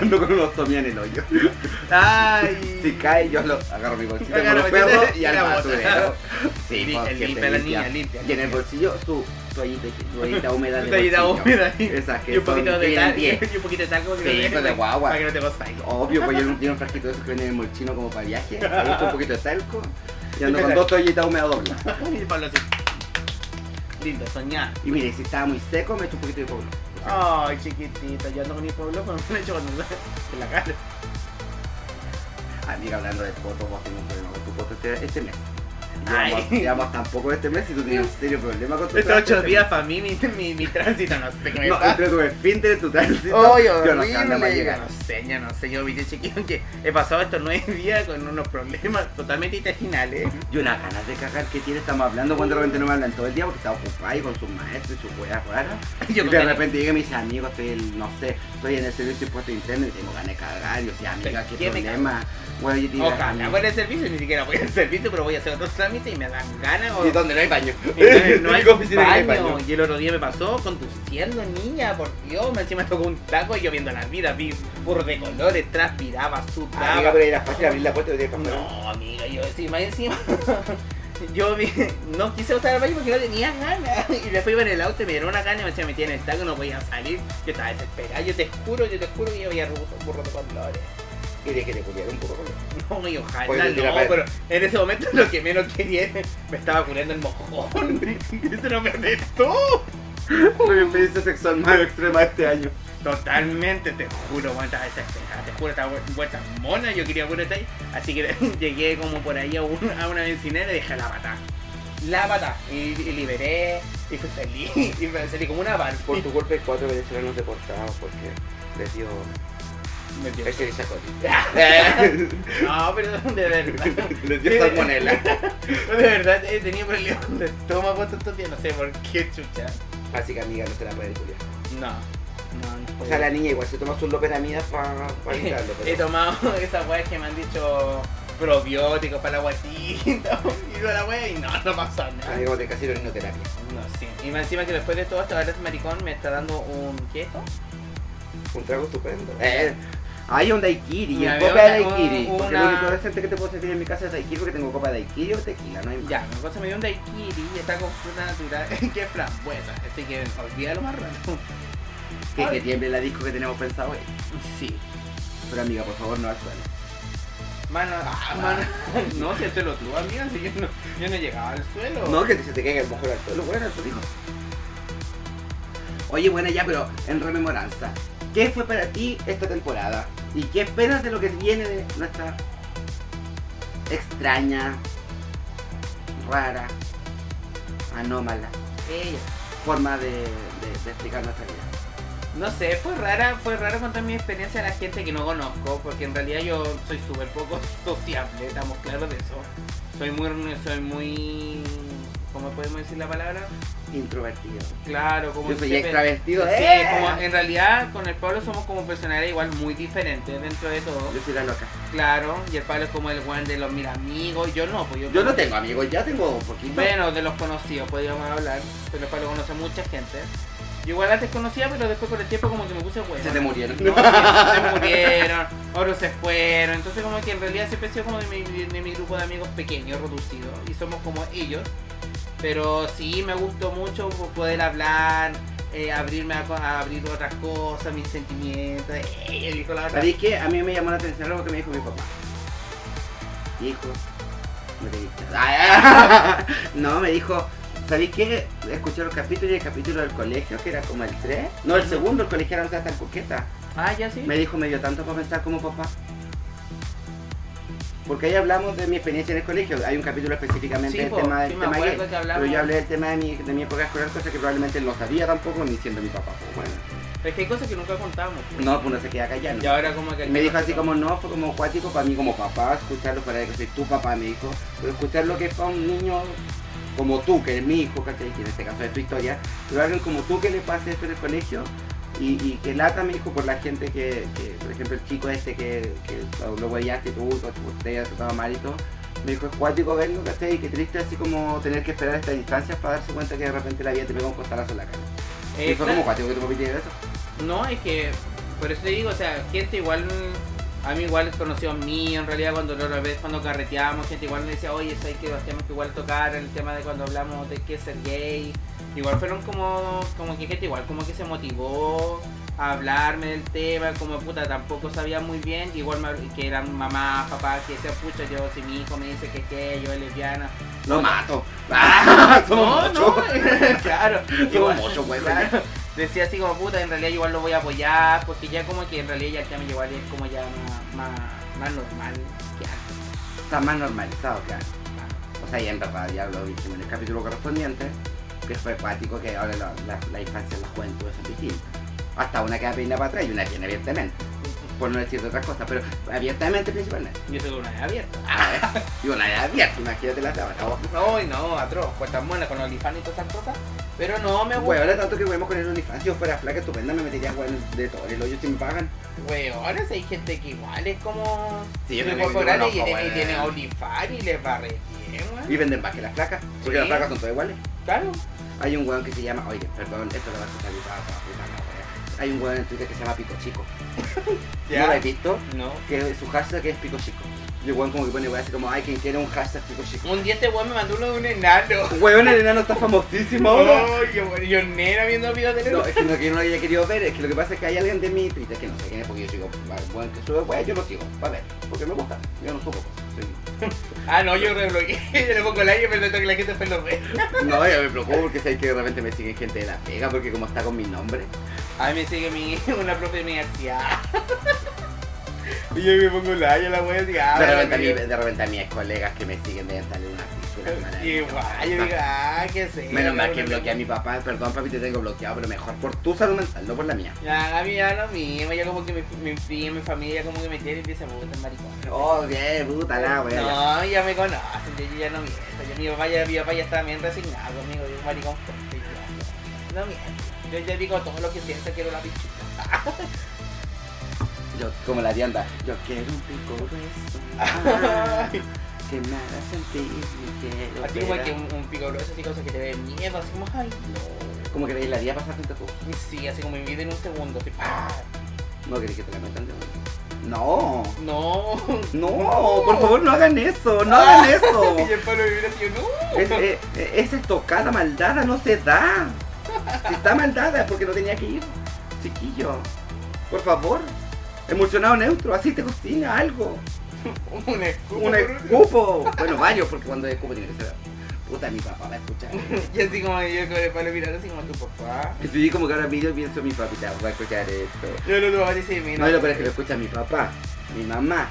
Speaker 1: ando con una ostomía en el hoyo.
Speaker 2: ¡Ay!
Speaker 1: Si cae, yo lo agarro mi bolsita
Speaker 2: Agarra
Speaker 1: con los
Speaker 2: mi bolsita
Speaker 1: perros y
Speaker 2: (laughs) y
Speaker 1: al
Speaker 2: la bota.
Speaker 1: basurero. Sí,
Speaker 2: Li-
Speaker 1: pues,
Speaker 2: el
Speaker 1: siempre
Speaker 2: limpia, la niña, limpia,
Speaker 1: Y en el
Speaker 2: limpia.
Speaker 1: bolsillo su toallita, toallita húmeda
Speaker 2: (laughs)
Speaker 1: de
Speaker 2: Toallita
Speaker 1: bolsillo.
Speaker 2: húmeda ahí.
Speaker 1: Esas que
Speaker 2: Y un
Speaker 1: son
Speaker 2: poquito de
Speaker 1: bien
Speaker 2: tal,
Speaker 1: bien.
Speaker 2: (laughs) y un poquito de tal como que
Speaker 1: Sí,
Speaker 2: lo dejes
Speaker 1: pues, de
Speaker 2: ahí, (laughs)
Speaker 1: guagua.
Speaker 2: Para que no te pastáis.
Speaker 1: Obvio, pues yo no tiene un frasquito de esos que viene en el molchino como para
Speaker 2: (laughs)
Speaker 1: viaje. Le gusta un poquito de talco. Y ando con dos toallitas húmedas dobles.
Speaker 2: Y Pablo así. Lindo, soñar.
Speaker 1: Y mire, si estaba muy seco, me echo un poquito de polvo.
Speaker 2: Ay, chiquitito, yo ando con mi pueblo con un (laughs) hecho cuando en la cara.
Speaker 1: Amiga, Ah, hablando de fotos, vos tenés un problema con tu foto este, este mes.
Speaker 2: Ay.
Speaker 1: Llevamos, llevamos tan poco este mes y tú tienes un serio problema con tu
Speaker 2: Estos
Speaker 1: trabajo
Speaker 2: ocho
Speaker 1: este
Speaker 2: días para mí, mi, mi, mi tránsito, no sé qué me
Speaker 1: mes. No,
Speaker 2: pasa.
Speaker 1: entre tu esfínter y tu tránsito.
Speaker 2: Ay,
Speaker 1: yo no sé a dónde va a
Speaker 2: horrible.
Speaker 1: llegar.
Speaker 2: No sé, yo no sé. Yo vi de chiquillo que he pasado estos nueve días con unos problemas totalmente intestinales.
Speaker 1: Y una ganas de cagar que tiene, estamos hablando cuando de repente no me hablan todo el día porque está ocupado y con sus maestros y sus weas raras.
Speaker 2: Y yo
Speaker 1: y
Speaker 2: con
Speaker 1: de
Speaker 2: ganas-
Speaker 1: repente llegan mis amigos, estoy en, no sé, estoy en el servicio impuesto interno y tengo ganas de cagar. Y yo, sí, amiga, qué
Speaker 2: ¿Qué me
Speaker 1: problema. Bueno, yo te digo,
Speaker 2: Ojalá fuera el servicio, ni siquiera voy al servicio, pero voy a hacer otros trámites y me dan ganas. O...
Speaker 1: ¿Y
Speaker 2: (laughs)
Speaker 1: dónde no hay (laughs) baño?
Speaker 2: Entonces, no hay
Speaker 1: Digo, oficina que
Speaker 2: baño.
Speaker 1: hay baño.
Speaker 2: Y el otro día me pasó conduciendo, niña, por Dios. Me encima tocó un taco y yo viendo la vida, vi burro de colores, transpiraba, sudaba.
Speaker 1: Amiga, pero era fácil abrir la puerta y te
Speaker 2: No, amiga, yo encima, encima. (laughs) Yo vi- no quise usar el baño porque no tenía ganas. Y después iba en el auto y me dieron una gana y me decía, metí en el taco, no podía salir. Yo estaba desesperada, yo te juro, yo te juro que yo veía burros burro de colores.
Speaker 1: Y de que te culiaron un poco con (laughs) eso.
Speaker 2: (laughs) No, y ojalá
Speaker 1: Oye, te
Speaker 2: no,
Speaker 1: la-
Speaker 2: pero en ese momento lo que menos quería era- me estaba curando el mojón. (laughs) Eso no me restó.
Speaker 1: Fue mi experiencia sexual más extrema de este año.
Speaker 2: Totalmente, te juro, weón, estaba desesperada, te juro, estaba vu- vuelta mona, yo quería puro ahí, así que (laughs) llegué como por ahí a, un- a una bencinera y dejé la pata. La pata. Y, y liberé, y fui feliz, (laughs) y me salí como una barba.
Speaker 1: Por tu culpa hay cuatro venezolanos deportados porque les dio...
Speaker 2: (laughs)
Speaker 1: (laughs)
Speaker 2: Me dio-
Speaker 1: Ese es Isacoli.
Speaker 2: No, pero
Speaker 1: (laughs)
Speaker 2: de verdad.
Speaker 1: Les dio salmonela.
Speaker 2: De verdad, he tenido problemas de estómago estos días, no sé por qué chucha.
Speaker 1: Así que amiga, no se la pueden culiar.
Speaker 2: No, no, no.
Speaker 1: O sea, la niña igual se toma sus loperamidas para
Speaker 2: (laughs)
Speaker 1: pa evitarlo,
Speaker 2: He
Speaker 1: pero...
Speaker 2: (laughs) tomado esas weas que me han dicho probióticos para la guatita (laughs) y toda la wea y no, no pasa nada.
Speaker 1: Amigo, te casi orinoterapia.
Speaker 2: No, sí. Y más encima que después de todo esto, ahora este maricón me está dando un quieto.
Speaker 1: Un trago estupendo. Eh. Hay un daiquiri,
Speaker 2: Mira,
Speaker 1: un
Speaker 2: veo
Speaker 1: copa de
Speaker 2: una-
Speaker 1: daiquiri. Porque
Speaker 2: una-
Speaker 1: lo único decente que te puedo servir en mi casa es daiquiri porque tengo copa de daiquiri o tequila, no hay más.
Speaker 2: Ya, mi cosa me dio un daiquiri y está con fruta natural (laughs) que es frambuesa. Así que olvídalo más rato. (laughs)
Speaker 1: Que, que
Speaker 2: Ay.
Speaker 1: tiemble la disco que tenemos pensado hoy.
Speaker 2: Sí.
Speaker 1: Pero amiga, por favor, no al suelo.
Speaker 2: Mano, ah, mano. (laughs) No, si el suelo tú, amiga, si yo no, yo no llegaba al suelo.
Speaker 1: No, que se te caiga el mejor al suelo. Bueno, eso dijo. Oye, bueno, ya, pero en rememoranza, ¿qué fue para ti esta temporada? ¿Y qué esperas de lo que viene de nuestra extraña, rara, anómala
Speaker 2: Ella.
Speaker 1: forma de, de- de explicar nuestra vida?
Speaker 2: No sé, fue rara, fue raro contar mi experiencia a la gente que no conozco, porque en realidad yo soy súper poco (laughs) sociable, estamos claros de eso. Soy muy, soy muy, ¿cómo podemos decir la palabra?
Speaker 1: Introvertido.
Speaker 2: Claro, como
Speaker 1: Yo soy
Speaker 2: siempre-
Speaker 1: extravertido.
Speaker 2: Sí,
Speaker 1: ¡eh!
Speaker 2: como en realidad con el Pablo somos como personalidades igual muy diferentes dentro de todo.
Speaker 1: Yo soy la loca.
Speaker 2: Claro, y el Pablo es como el guan de los mil amigos, yo no, pues yo,
Speaker 1: Yo no tengo amigos, ya tengo poquito.
Speaker 2: Bueno, de los conocidos podríamos hablar, pero el Pablo conoce mucha gente. Yo igual antes conocía, pero después con el tiempo como que me puse huevo.
Speaker 1: Se te murieron.
Speaker 2: No, se
Speaker 1: (laughs)
Speaker 2: murieron, otros se fueron. Entonces, como que en realidad siempre he sido como de mi, de mi grupo de amigos pequeños, reducido, y somos como ellos. Pero sí me gustó mucho po- poder hablar, eh, abrirme a, co- a abrir otras cosas, mis sentimientos. eh, y dijo la otra.
Speaker 1: ¿Sabéis qué? A mí me llamó la atención algo que me dijo mi papá. Hijo, me dijiste- ¡Ah! (laughs) No, me dijo, ¿sabéis qué? Escuché los capítulos y el capítulo del colegio, que era como el 3. No, el segundo, el colegio era tan coqueta.
Speaker 2: Ah, ya sí.
Speaker 1: Me dijo, me dio tanto para pensar como papá. Porque ahí hablamos de mi experiencia en el colegio. Hay un capítulo específicamente
Speaker 2: Sí,
Speaker 1: del
Speaker 2: po,
Speaker 1: tema del
Speaker 2: sí me
Speaker 1: tema gay.
Speaker 2: acuerdo que hablamos.
Speaker 1: Pero yo hablé del tema de mi, de mi época escolar, cosa que probablemente no sabía tampoco, ni siendo mi papá. pues, bueno.
Speaker 2: Pero es que hay cosas que nunca contamos.
Speaker 1: No, pues no se queda callado.
Speaker 2: Y ahora como que...
Speaker 1: Y Me dijo así como no, fue como acuático para mí como papá, escucharlo para que soy tu papá, me dijo, pero escuchar lo que es para un niño como tú, que eres mi hijo, ¿cachai? Que en este caso es tu historia, pero alguien como tú que le pase esto en el colegio y, y que lata, me dijo, por la gente que, que, por ejemplo, el chico este que, que lo- lo huellaste tú, con tu botella, trataba mal y todo, me dijo, es cuático verlo, ¿cachai? Y qué triste así como tener que esperar estas instancias para darse cuenta que de repente la vida te pega un costalazo en la cara.
Speaker 2: Eh,
Speaker 1: y fue
Speaker 2: claro.
Speaker 1: como cuático que tu papi te diga eso.
Speaker 2: No, es que por eso te digo, o sea, gente igual, a mí igual conoció a mí, en realidad cuando la otra vez cuando carreteábamos, gente igual me decía, oye, ¿sabes que tenemos que igual tocar el tema de cuando hablamos de que ser gay? Igual fueron como, como que gente igual como que se motivó a hablarme del tema, como puta, tampoco sabía muy bien, igual me- que eran mamás, papás, que decían, pucha, yo si mi hijo me dice que es gay, yo es lesbiana.
Speaker 1: Lo mato. (laughs) Ah,
Speaker 2: no, eh.
Speaker 1: somos muchos. (laughs)
Speaker 2: no, claro.
Speaker 1: Somos (laughs)
Speaker 2: Igual-
Speaker 1: muchos, güey.
Speaker 2: claro. decía así como puta, en realidad igual lo voy a apoyar, porque ya como que en realidad ya el tema igual es como ya más, más, más normal que antes.
Speaker 1: Está más normalizado, claro. O sea, y en verdad ya lo dijimos en el capítulo correspondiente, que fue acuático que ahora la, la, la infancia y la juventud son distintas. Hasta una queda peinada para atrás y una tiene abiertamente. Por no decir otras cosas, pero abiertamente principalmente.
Speaker 2: Yo soy una vez abierta.
Speaker 1: Ah, ¿eh? y una era abierta, imagínate la tabla.
Speaker 2: No, y no, atroz, pues tan buena con OnlyFans y todas esas cosas. Pero no me
Speaker 1: Güey,
Speaker 2: gusta.
Speaker 1: ahora tanto que podemos con el OnlyFans, si yo fuera flaca estupenda me metería güey, de todo el hoyo si me pagan.
Speaker 2: Weones, hay gente que igual es como.
Speaker 1: Sí, yo
Speaker 2: muy
Speaker 1: también
Speaker 2: corporal
Speaker 1: conozco,
Speaker 2: y, tiene- y
Speaker 1: weón.
Speaker 2: tiene OnlyFans y les va re bien,
Speaker 1: Y
Speaker 2: weón.
Speaker 1: venden más que las flacas, porque
Speaker 2: Sí.
Speaker 1: las flacas son todas iguales.
Speaker 2: Claro.
Speaker 1: Hay un weón que se llama, oye, perdón, esto lo vas a salir para Hay un weón en Twitter que se llama Pico Chico. ¿No lo has visto?
Speaker 2: No.
Speaker 1: Que su hashtag es Pico Chico. Y el weón como que pone weón así como, ay, quien quiere un hashtag Pico Chico.
Speaker 2: Un día este weón me mandó uno de un enano.
Speaker 1: Weón, el enano está famosísimo ahora.
Speaker 2: Oh, yo, yo nena viendo videos de
Speaker 1: No, es que no, que yo no lo había querido ver, es que lo que pasa es que hay alguien de mi Twitter que no sé quién es, porque yo sigo, weón que sube, weón, yo lo sigo, va a ver, porque me gusta, yo no subo. soy-
Speaker 2: Ah, no, yo rebloqueé. (laughs) Yo le pongo like y me que la gente después lo ve.
Speaker 1: No, yo me preocupo porque sé que de repente me siguen gente de la pega, porque como está con mi nombre.
Speaker 2: A mí me sigue mi, (laughs) una profe de mi universidad. (laughs) Y yo me pongo like a la wea y ah,
Speaker 1: De repente, a mí- de repente a mis colegas que me siguen deben salir una
Speaker 2: (laughs)
Speaker 1: piscina.
Speaker 2: Igual, yo digo, ah, qué sé.
Speaker 1: Menos mal que bloqueé a mi papá, perdón papi, te tengo bloqueado, pero mejor por tu salud mental, no por la mía.
Speaker 2: (laughs) Ya, a mí ya lo mismo, ya como que mi, mi prima, mi familia como que me tiene y empieza a puta el maricón.
Speaker 1: Oh, bien, puta la wea.
Speaker 2: No, ya me conocen, yo, yo ya no miento. Yo, mi, papá ya, mi papá ya estaba bien resignado conmigo, yo un maricón fuerte, ya. No miento. Yo ya digo todo lo que siento, quiero la pichita.
Speaker 1: Yo, como la tienda, yo quiero un pico grueso.
Speaker 2: (laughs) Ay.
Speaker 1: que me haga sentir mi quiero.
Speaker 2: Así como que un, un pico grueso, así cosas que te den miedo, así como, ay,
Speaker 1: Como que veis la día pasar frente a tú.
Speaker 2: no. Sí, así como inviten un segundo, así, "Ah, ¡pah!
Speaker 1: No querés que te la metan de nuevo. No.
Speaker 2: No.
Speaker 1: No, por favor no hagan eso, no hagan eso.
Speaker 2: (laughs) Y el palo vibra así, no. (laughs)
Speaker 1: Es- eh, es- Esa estocada maldada no se da. Si está maldada es porque no tenía que ir. Chiquillo, por favor. Emulsionado neutro, así te cocina algo.
Speaker 2: Un escudo.
Speaker 1: Un escupo. Bueno, varios, porque cuando es escupo tiene que ser. Puta, mi papá va a escuchar.
Speaker 2: (laughs) Y así como yo con el palo mirando, así como tu papá.
Speaker 1: Sí, como que ahora mismo pienso mi papita va a escuchar esto.
Speaker 2: Yo lo tuve así, mira.
Speaker 1: No, lo peor es que lo escucha mi papá, mi mamá,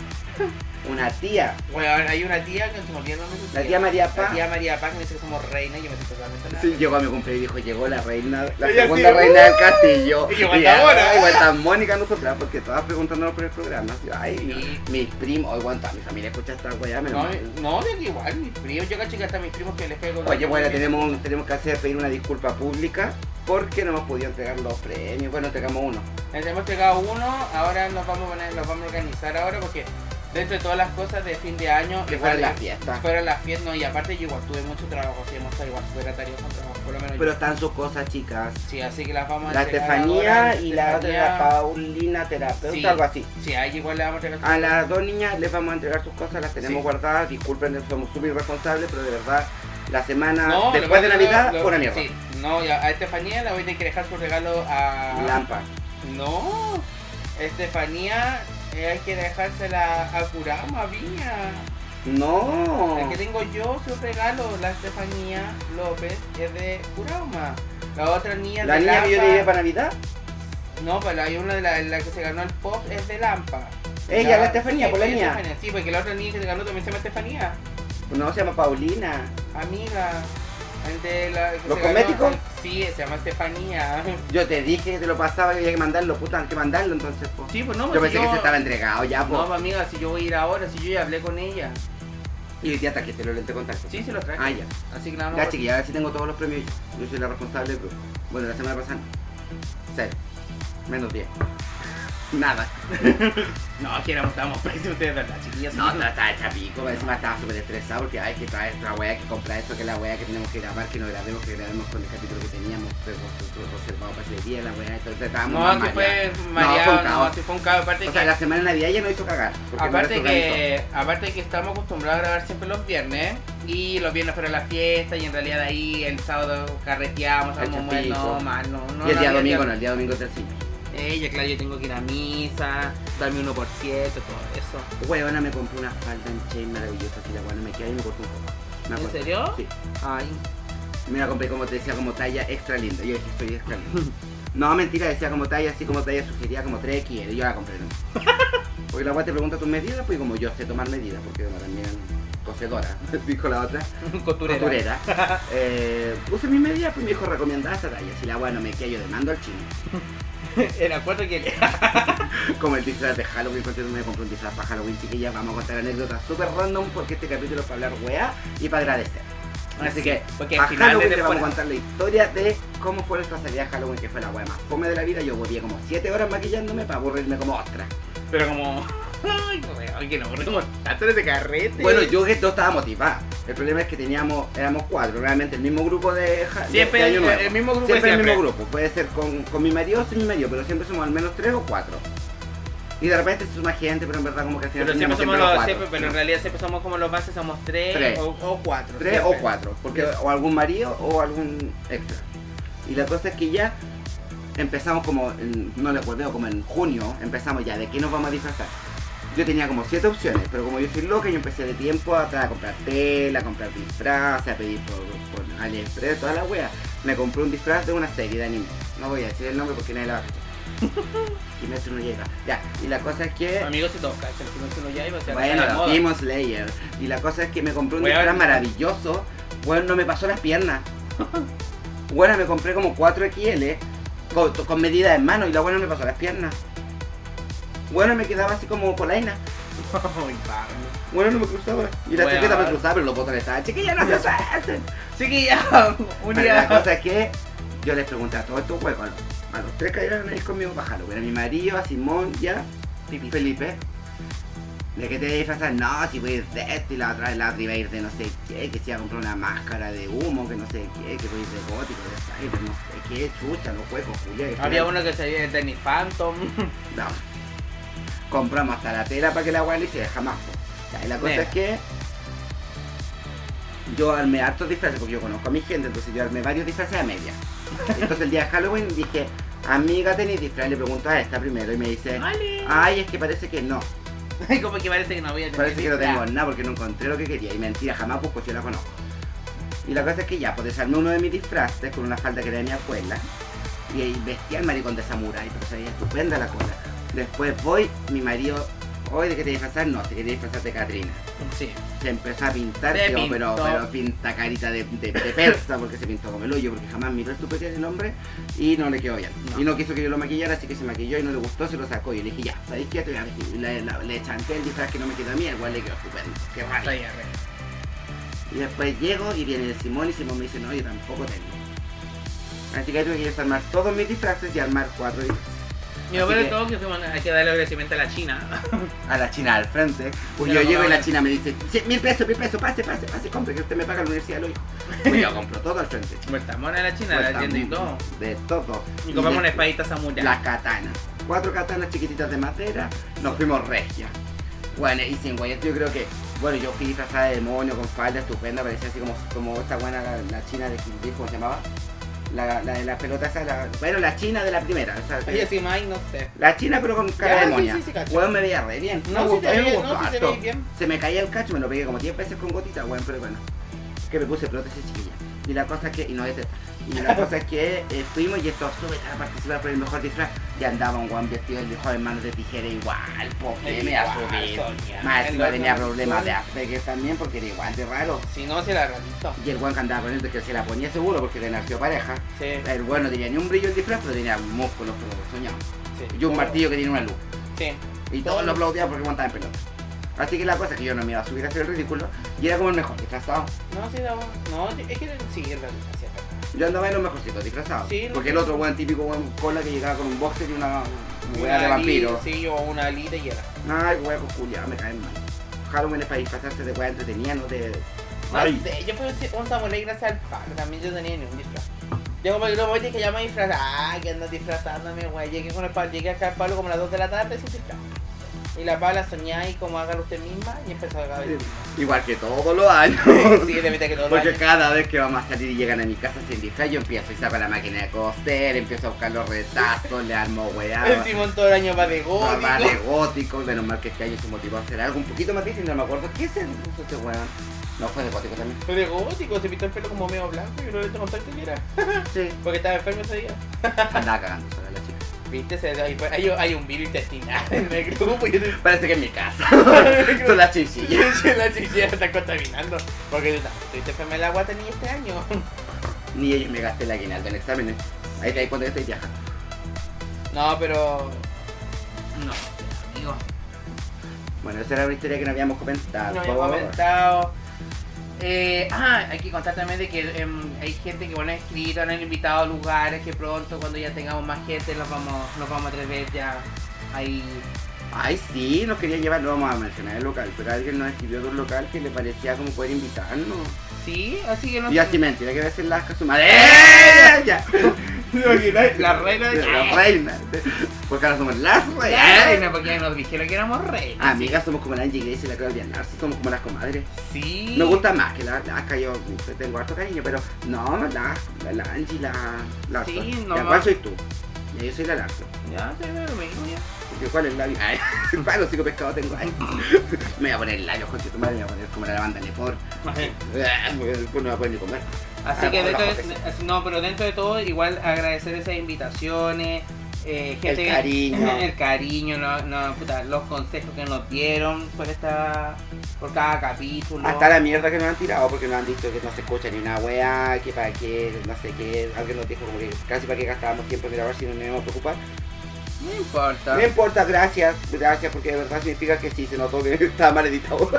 Speaker 1: una tía.
Speaker 2: Bueno, hay una tía que se me olvidó el nombre de su
Speaker 1: La tía María
Speaker 2: La
Speaker 1: Paz.
Speaker 2: tía María Paz que me dice que somos reina y yo me siento totalmente nada.
Speaker 1: Sí, llegó a mi cumpleaños y dijo, llegó la reina, la
Speaker 2: Ella
Speaker 1: segunda
Speaker 2: sí, uh,
Speaker 1: reina del castillo.
Speaker 2: Y llegó hasta ahora.
Speaker 1: ay, Igual tan Mónica nosotras, porque todas preguntándonos por el programa. así, Ay,
Speaker 2: Sí.
Speaker 1: mis primos, oye, cuánta, mi familia escucha esta weá, menos
Speaker 2: No, eh,
Speaker 1: mal.
Speaker 2: no, de que igual, mis primos, yo caché que hasta mis primos que les pego.
Speaker 1: Oye, bueno, tenemos, un- tenemos que hacer pedir una disculpa pública porque no hemos podido entregar los premios. Bueno, entregamos uno.
Speaker 2: Les hemos pegado uno, ahora nos vamos a poner, nos vamos a organizar ahora porque dentro de todas las cosas de fin de año,
Speaker 1: Que
Speaker 2: igual
Speaker 1: fueron las fiestas.
Speaker 2: fueron las fiestas, no, y aparte yo igual tuve mucho trabajo, si hemos estado igual súper atareados con trabajo, por lo menos
Speaker 1: Pero están sus cosas, chicas.
Speaker 2: yo. Sí, así que las vamos a
Speaker 1: La
Speaker 2: entregar
Speaker 1: Estefanía
Speaker 2: ahora,
Speaker 1: y la otra,
Speaker 2: Estefanía.
Speaker 1: la Paulina, terapeuta,
Speaker 2: Sí.
Speaker 1: algo así.
Speaker 2: Sí, ahí igual le vamos a entregar.
Speaker 1: A las dos niñas les vamos a entregar sus cosas, las tenemos
Speaker 2: Sí.
Speaker 1: guardadas, disculpen, somos súper irresponsables, pero de verdad, la semana
Speaker 2: No,
Speaker 1: después de
Speaker 2: lo más
Speaker 1: Navidad
Speaker 2: lo-
Speaker 1: fue una mierda.
Speaker 2: Sí, No, y a, a Estefanía la voy a tener que dejar su regalo a.
Speaker 1: Lampa.
Speaker 2: No, Estefanía eh, hay que dejársela a Kurama Viña.
Speaker 1: No.
Speaker 2: El que tengo yo su regalo, la Estefanía López, es de Kurama. La otra niña es
Speaker 1: La
Speaker 2: de
Speaker 1: niña que yo
Speaker 2: Lampa.
Speaker 1: te llevé para Navidad.
Speaker 2: No, pero hay una de la, la que se ganó el pop es de Lampa.
Speaker 1: Ella, la Estefanía,
Speaker 2: sí,
Speaker 1: por la
Speaker 2: sí,
Speaker 1: niña.
Speaker 2: Estefanía, Sí, porque la otra niña que se ganó también se llama Estefanía.
Speaker 1: No, se llama Paulina.
Speaker 2: Amiga. El de la, que se
Speaker 1: ¿Los
Speaker 2: ganó-
Speaker 1: cosméticos?
Speaker 2: Sí, se llama Estefanía.
Speaker 1: Yo te dije que te lo pasaba que había que mandarlo, puta, hay que mandarlo entonces, po.
Speaker 2: Sí, pues no,
Speaker 1: Yo
Speaker 2: pues
Speaker 1: pensé
Speaker 2: si
Speaker 1: que se estaba entregado ya, po.
Speaker 2: No, pues, amiga, si yo voy a ir ahora, si yo ya hablé con ella.
Speaker 1: Y hoy día hasta que te lo lente contacto.
Speaker 2: Sí, se los traje.
Speaker 1: Ah, ya.
Speaker 2: Así que nada
Speaker 1: Ya,
Speaker 2: más.
Speaker 1: chiquilla, ahora sí tengo todos los premios. yo. Yo soy la responsable del grupo. Bueno, la semana pasada. no. Cero. Menos 10. (laughs) Nada.
Speaker 2: No, que éramos, estábamos pésimos de verdad, chiquillas.
Speaker 1: No, no, estaba hecha pico, encima estaba súper estresado porque hay que traer otra wea, que comprar esto, que es la wea que tenemos que grabar, que no grabemos, que grabemos con el capítulo que teníamos pues, pero nosotros reservado para ese día, la wea, entonces estábamos
Speaker 2: No,
Speaker 1: más
Speaker 2: que fue
Speaker 1: mareados.
Speaker 2: mareado, no,
Speaker 1: caos.
Speaker 2: sí fue un caos. Aparte
Speaker 1: O
Speaker 2: que,
Speaker 1: sea, la semana de Navidad ya nos hizo cagar. porque no
Speaker 2: aparte,
Speaker 1: nos organizó.
Speaker 2: que aparte que estamos acostumbrados a grabar siempre los viernes. Y los viernes fueron las fiestas y en realidad ahí el sábado carreteamos,
Speaker 1: Al
Speaker 2: estábamos muy
Speaker 1: chapico.
Speaker 2: no, mal, no, no.
Speaker 1: Y el
Speaker 2: no
Speaker 1: día
Speaker 2: había
Speaker 1: domingo, no,
Speaker 2: tiempo.
Speaker 1: el día domingo es el cine.
Speaker 2: Ella, claro, yo tengo que ir a misa, darme uno por siete, todo eso.
Speaker 1: Huevona me compró una falda en chain maravillosa, así la huevona me queda y me cortó un poco. Me acuerdo.
Speaker 2: ¿En serio?
Speaker 1: Sí.
Speaker 2: Ay, (laughs)
Speaker 1: Me la compré como te decía, como talla extra linda. Yo dije, estoy extra linda. No, mentira, decía como talla, así como talla sugerida, como 3X. Y yo la compré. ¿no? Porque la weá te pregunta tus medidas, pues y como yo sé tomar medidas, porque bueno, también cosedora, (laughs) dijo la otra,
Speaker 2: costurera. (laughs)
Speaker 1: costurera. Eh, puse mis medidas, pues me dijo recomendada esa talla. Si la weá no me queda, yo demando al chino. (laughs)
Speaker 2: El acuerdo que
Speaker 1: Como el disfraz de Halloween, cuando me compré un disfraz para Halloween, chiquilla, vamos a contar anécdotas súper random porque este capítulo es para hablar weá y para agradecer. Así que,
Speaker 2: (laughs) porque
Speaker 1: a
Speaker 2: al final
Speaker 1: Halloween
Speaker 2: de
Speaker 1: te vamos a
Speaker 2: temporada-
Speaker 1: contar la historia de cómo fue nuestra salida a Halloween, que fue la weá más fome de la vida. Yo volví como 7 horas maquillándome para aburrirme como ostra.
Speaker 2: Pero como. (laughs) Ay, weón, que nos ponemos tanto de carrete.
Speaker 1: Bueno, yo que no estaba motivada. El problema es que teníamos, éramos cuatro, realmente el mismo grupo de, ja- de-
Speaker 2: Siempre
Speaker 1: de
Speaker 2: el,
Speaker 1: Año Nuevo.
Speaker 2: el mismo grupo
Speaker 1: siempre
Speaker 2: de
Speaker 1: el
Speaker 2: siempre.
Speaker 1: mismo grupo. Puede ser con, con mi marido o sin mi marido, pero siempre somos al menos tres o cuatro. Y de repente se suma gente, pero en verdad como que al final
Speaker 2: Pero siempre
Speaker 1: terminamos
Speaker 2: somos
Speaker 1: los
Speaker 2: los,
Speaker 1: cuatro.
Speaker 2: siempre, pero en realidad siempre somos como los bases, somos tres,
Speaker 1: Tres.
Speaker 2: O, o cuatro.
Speaker 1: Tres
Speaker 2: siempre.
Speaker 1: o cuatro, porque o algún marido o algún extra. Y la cosa es que ya empezamos como, en- no le acuerdo, como en junio, empezamos ya, ¿de qué nos vamos a disfrazar? Yo tenía como siete opciones, pero como yo soy loca, yo empecé de tiempo atrás a comprar tela, a comprar disfraz, a pedir por, por AliExpress, toda la wea. Me compré un disfraz de una serie de anime. No voy a decir el nombre porque nadie la va a (laughs) cachar. Kimetsu no llega. Ya, y la cosa es que...
Speaker 2: Amigos, si todos cachan, si no se nos lleva, se
Speaker 1: Bueno,
Speaker 2: la
Speaker 1: los
Speaker 2: moda.
Speaker 1: Demon Slayer. Y la cosa es que me compré un
Speaker 2: Weón.
Speaker 1: disfraz maravilloso. Bueno, no me pasó las piernas. (laughs) Bueno, me compré como 4XL con, con medida en mano y la buena me pasó las piernas. Bueno, me quedaba así como colaina.
Speaker 2: (laughs) Ay, Pablo.
Speaker 1: Bueno, no me cruzaba. Y la
Speaker 2: Weón.
Speaker 1: chaqueta me cruzaba, pero los botones estaban chiquillas, no se suelten.
Speaker 2: Así que ya, un
Speaker 1: Pero la
Speaker 2: día.
Speaker 1: cosa es que yo les pregunté a todos estos huecos, a los- a los tres que eran ahí conmigo bajalo. Bueno, a mi marido, a Simón y a
Speaker 2: Pipi.
Speaker 1: Felipe, ¿de qué te disfrazas? No, si voy a ir de esto y la otra vez la otra iba a ir de no sé qué, que si iba a comprar una máscara de humo, que no sé qué, que voy a ir de gótico, de cyber, no sé qué, chucha, los huecos, Julia. que
Speaker 2: Había
Speaker 1: fueran-
Speaker 2: uno que se el Danny (laughs) Phantom.
Speaker 1: No. Compramos hasta la tela para que la guarde y se deja más. po. Ya, y la cosa
Speaker 2: Nena.
Speaker 1: es que yo armé hartos disfraces porque yo conozco a mi gente, entonces yo armé varios disfraces a media. Entonces el día de Halloween dije, amiga, tenéis disfraz, le pregunto a esta primero y me dice,
Speaker 2: Vale.
Speaker 1: ay, es que parece que no.
Speaker 2: Ah, (laughs) Como que parece que no había
Speaker 1: Parece que no tengo nada porque no encontré lo que quería. Y mentira, jamás busco, yo la conozco. Y la cosa es que ya, pues desarmé uno de mis disfraces con una falda que era de mi abuela. Y ahí vestía al maricón de samurai, pero se veía estupenda la cola. Después voy, mi marido, hoy de que te disfrazar, no, te quería disfrazar de Catrina.
Speaker 2: Sí.
Speaker 1: Se empezó a pintar,
Speaker 2: Se
Speaker 1: tío, pero,
Speaker 2: pintó.
Speaker 1: pero pinta carita de, de- de persa porque se pintó como el hoyo, porque jamás miró estupidez el hombre y no le quedó bien.
Speaker 2: No.
Speaker 1: Y no quiso que yo lo maquillara, así que se maquilló y no le gustó, se lo sacó. Y le dije, ya, ¿sabéis qué? Te voy a vestir. Y Le, la- le chanté el disfraz que no me quedó a mí, igual le quedó estupendo. Qué
Speaker 2: Está
Speaker 1: raro.
Speaker 2: ahí arriba.
Speaker 1: Y después llego y viene el Simón y Simón me dice, no, yo tampoco tengo. Así que ahí tuve que desarmar todos mis disfraces y armar cuatro disfraces.
Speaker 2: Y lo peor de
Speaker 1: que-
Speaker 2: todo que fuimos- hay que darle agradecimiento a la (laughs) China.
Speaker 1: A la China al frente. Pues yo
Speaker 2: Pero no
Speaker 1: llego y
Speaker 2: vale.
Speaker 1: la China me dice, "Sí, mil pesos, mil pesos, pase, pase, pase, compre, que usted me paga la universidad,
Speaker 2: (laughs)
Speaker 1: lo hijo. Pues yo compro todo al frente.
Speaker 2: Muerta mona de la China, la
Speaker 1: Pues,
Speaker 2: tienda y todo.
Speaker 1: De todo.
Speaker 2: Y compramos una
Speaker 1: de-
Speaker 2: espadita samurai.
Speaker 1: Las katanas. Cuatro katanas chiquititas de madera. Nos fuimos regia. Bueno, y sin guayas, yo creo que. Bueno, yo fui disfrazada de demonio con falda estupenda, parecía así como, como esta buena la, la china de Kill Bill, ¿cómo se llamaba? La, la de la pelota esa, la- bueno, la china de la primera. esa que-
Speaker 2: Oye, si Mike, no sé.
Speaker 1: La china pero con cara
Speaker 2: Ya,
Speaker 1: de
Speaker 2: sí,
Speaker 1: moña.
Speaker 2: sí, sí, cacho.
Speaker 1: Weón, me veía re bien.
Speaker 2: No,
Speaker 1: me
Speaker 2: sí
Speaker 1: gustó,
Speaker 2: te
Speaker 1: a mí me
Speaker 2: veía-
Speaker 1: gustó
Speaker 2: no, sí te
Speaker 1: harto.
Speaker 2: veía bien.
Speaker 1: Se me caía el cacho, me lo pegué como 10 veces con gotita, weón, pero bueno. Que me puse prótesis chiquilla. Y la cosa es que, y no es teta. Y la cosa es que eh, fuimos y esto sube a participar por el mejor disfraz. Y andaba un weón vestido el mejor hermano de tijera igual, porque
Speaker 2: Es
Speaker 1: me a
Speaker 2: igual,
Speaker 1: subir.
Speaker 2: Sonia.
Speaker 1: Más encima
Speaker 2: El
Speaker 1: tenía
Speaker 2: otro-
Speaker 1: problemas de Asperger también porque era igual de raro.
Speaker 2: Si no, se la realizó.
Speaker 1: Y el weón que andaba con él, que se la ponía seguro porque le nació pareja.
Speaker 2: Sí,
Speaker 1: El weón no tenía ni un brillo el disfraz, pero tenía músculos como soñado.
Speaker 2: sí.
Speaker 1: Y un martillo que tiene una luz.
Speaker 2: Sí.
Speaker 1: Y todos lo aplaudían porque montaban en pelota. Así que la cosa es que yo no me iba a subir a hacer el ridículo y era como el mejor disfrazado.
Speaker 2: No, sí, la No, es que sí, en realidad, sí, es verdad.
Speaker 1: Yo andaba en los mejorcitos disfrazados.
Speaker 2: Sí, no.
Speaker 1: porque el otro buen típico buen cola que llegaba con un boxer y una weá de
Speaker 2: Una alita,
Speaker 1: vampiro.
Speaker 2: Sí, o una alita y era.
Speaker 1: Ay, huevo culiado, me caen mal. Halloween es para disfrazarse de weá entretenida, no de.
Speaker 2: No
Speaker 1: Ay.
Speaker 2: sé, yo puedo decir un samurai gracias al padre, también yo tenía ni un disfraz. Yo como que luego dije que ya me disfrazaba, ah, que ando disfrazándome, güey. Llegué con el palo, llegué acá al palo como a las 2 de la tarde sin disfraz. Y la pala soñaba y como hágalo usted misma y empezó a acabar.
Speaker 1: Igual que todos los años.
Speaker 2: Sí, de verdad que todo
Speaker 1: Porque
Speaker 2: el año.
Speaker 1: cada vez que vamos a salir y llegan a mi casa sin disfraz, yo empiezo y saco la máquina de coser, empiezo a buscar los retazos, le armo
Speaker 2: (laughs)
Speaker 1: weá.
Speaker 2: El Simón todo el año va de gótico.
Speaker 1: Papá de gótico, menos mal que este año se motivó a hacer algo un poquito más difícil, no me acuerdo. ¿Qué es el puso este weón? No, fue de gótico también.
Speaker 2: Fue de gótico, se pintó el pelo como medio blanco y luego le tomó tanto y era.
Speaker 1: Ah, Sí.
Speaker 2: Porque estaba enfermo ese día.
Speaker 1: Andaba cagando sola la chica.
Speaker 2: Viste, se- hay, hay, hay un virus intestinal en el grupo y yo te-
Speaker 1: Parece que es mi casa. (laughs) Son las chichillas.
Speaker 2: (laughs) la chichilla está contaminando. Porque "Ah, no, estuviste enferma en la guata ni este año. (laughs)
Speaker 1: Ni ellos me gasté la guinalda en exámenes. Ahí te das cuenta que estoy viajando.
Speaker 2: No, pero. No, amigo.
Speaker 1: Bueno, esa era una historia que no habíamos comentado.
Speaker 2: No había comentado. Eh, ah, hay que contar también de que em, hay gente que bueno ha escrito, nos han invitado a lugares que pronto cuando ya tengamos más gente los vamos, los vamos a atrever ya ahí.
Speaker 1: Ay, sí, nos quería llevar, no vamos a mencionar el local, pero alguien nos escribió de un local que le parecía como poder invitarnos.
Speaker 2: Sí, así que no
Speaker 1: Y así
Speaker 2: (laughs)
Speaker 1: mentira, que a veces las su madre. Ya.
Speaker 2: La reina de-
Speaker 1: La reina. Porque ahora somos las
Speaker 2: Ay,
Speaker 1: reinas.
Speaker 2: no, porque nos dijeron que éramos reyes.
Speaker 1: Amigas, Ah, somos como la Angie Grace y la Claudia Narcis, somos como las comadres.
Speaker 2: Sí.
Speaker 1: Me gusta más que la Lasca, yo te tengo harto cariño, pero no, la, la, la Angie, la Larso.
Speaker 2: Sí, no
Speaker 1: La
Speaker 2: va.
Speaker 1: cual soy tú. Y yo soy la Larso.
Speaker 2: Ya, te veo lo mismo ya.
Speaker 1: Porque cuál es el labio. Ay, (laughs) palo, cinco pescado tengo.
Speaker 2: (laughs)
Speaker 1: Ay. Me voy a poner el labio, coche tu madre, me voy a poner como la lavanda
Speaker 2: (laughs)
Speaker 1: Lepor. Ah, No me voy a poder ni comer.
Speaker 2: Así
Speaker 1: Ah,
Speaker 2: que
Speaker 1: por
Speaker 2: dentro
Speaker 1: las
Speaker 2: de, así- no, pero dentro de todo igual agradecer esas invitaciones, eh, gente
Speaker 1: El
Speaker 2: que-
Speaker 1: cariño.
Speaker 2: (laughs) el cariño, no, no, puta, los consejos que nos dieron por esta, por cada capítulo.
Speaker 1: Hasta la mierda que nos han tirado porque nos han dicho que no se escucha ni una weá, que para qué, no sé qué. Alguien nos dijo como que casi para qué gastábamos tiempo en grabar si no nos íbamos a preocupar.
Speaker 2: No importa.
Speaker 1: No importa, gracias, gracias, porque de verdad significa que sí, se notó que (laughs) estaba mal editado.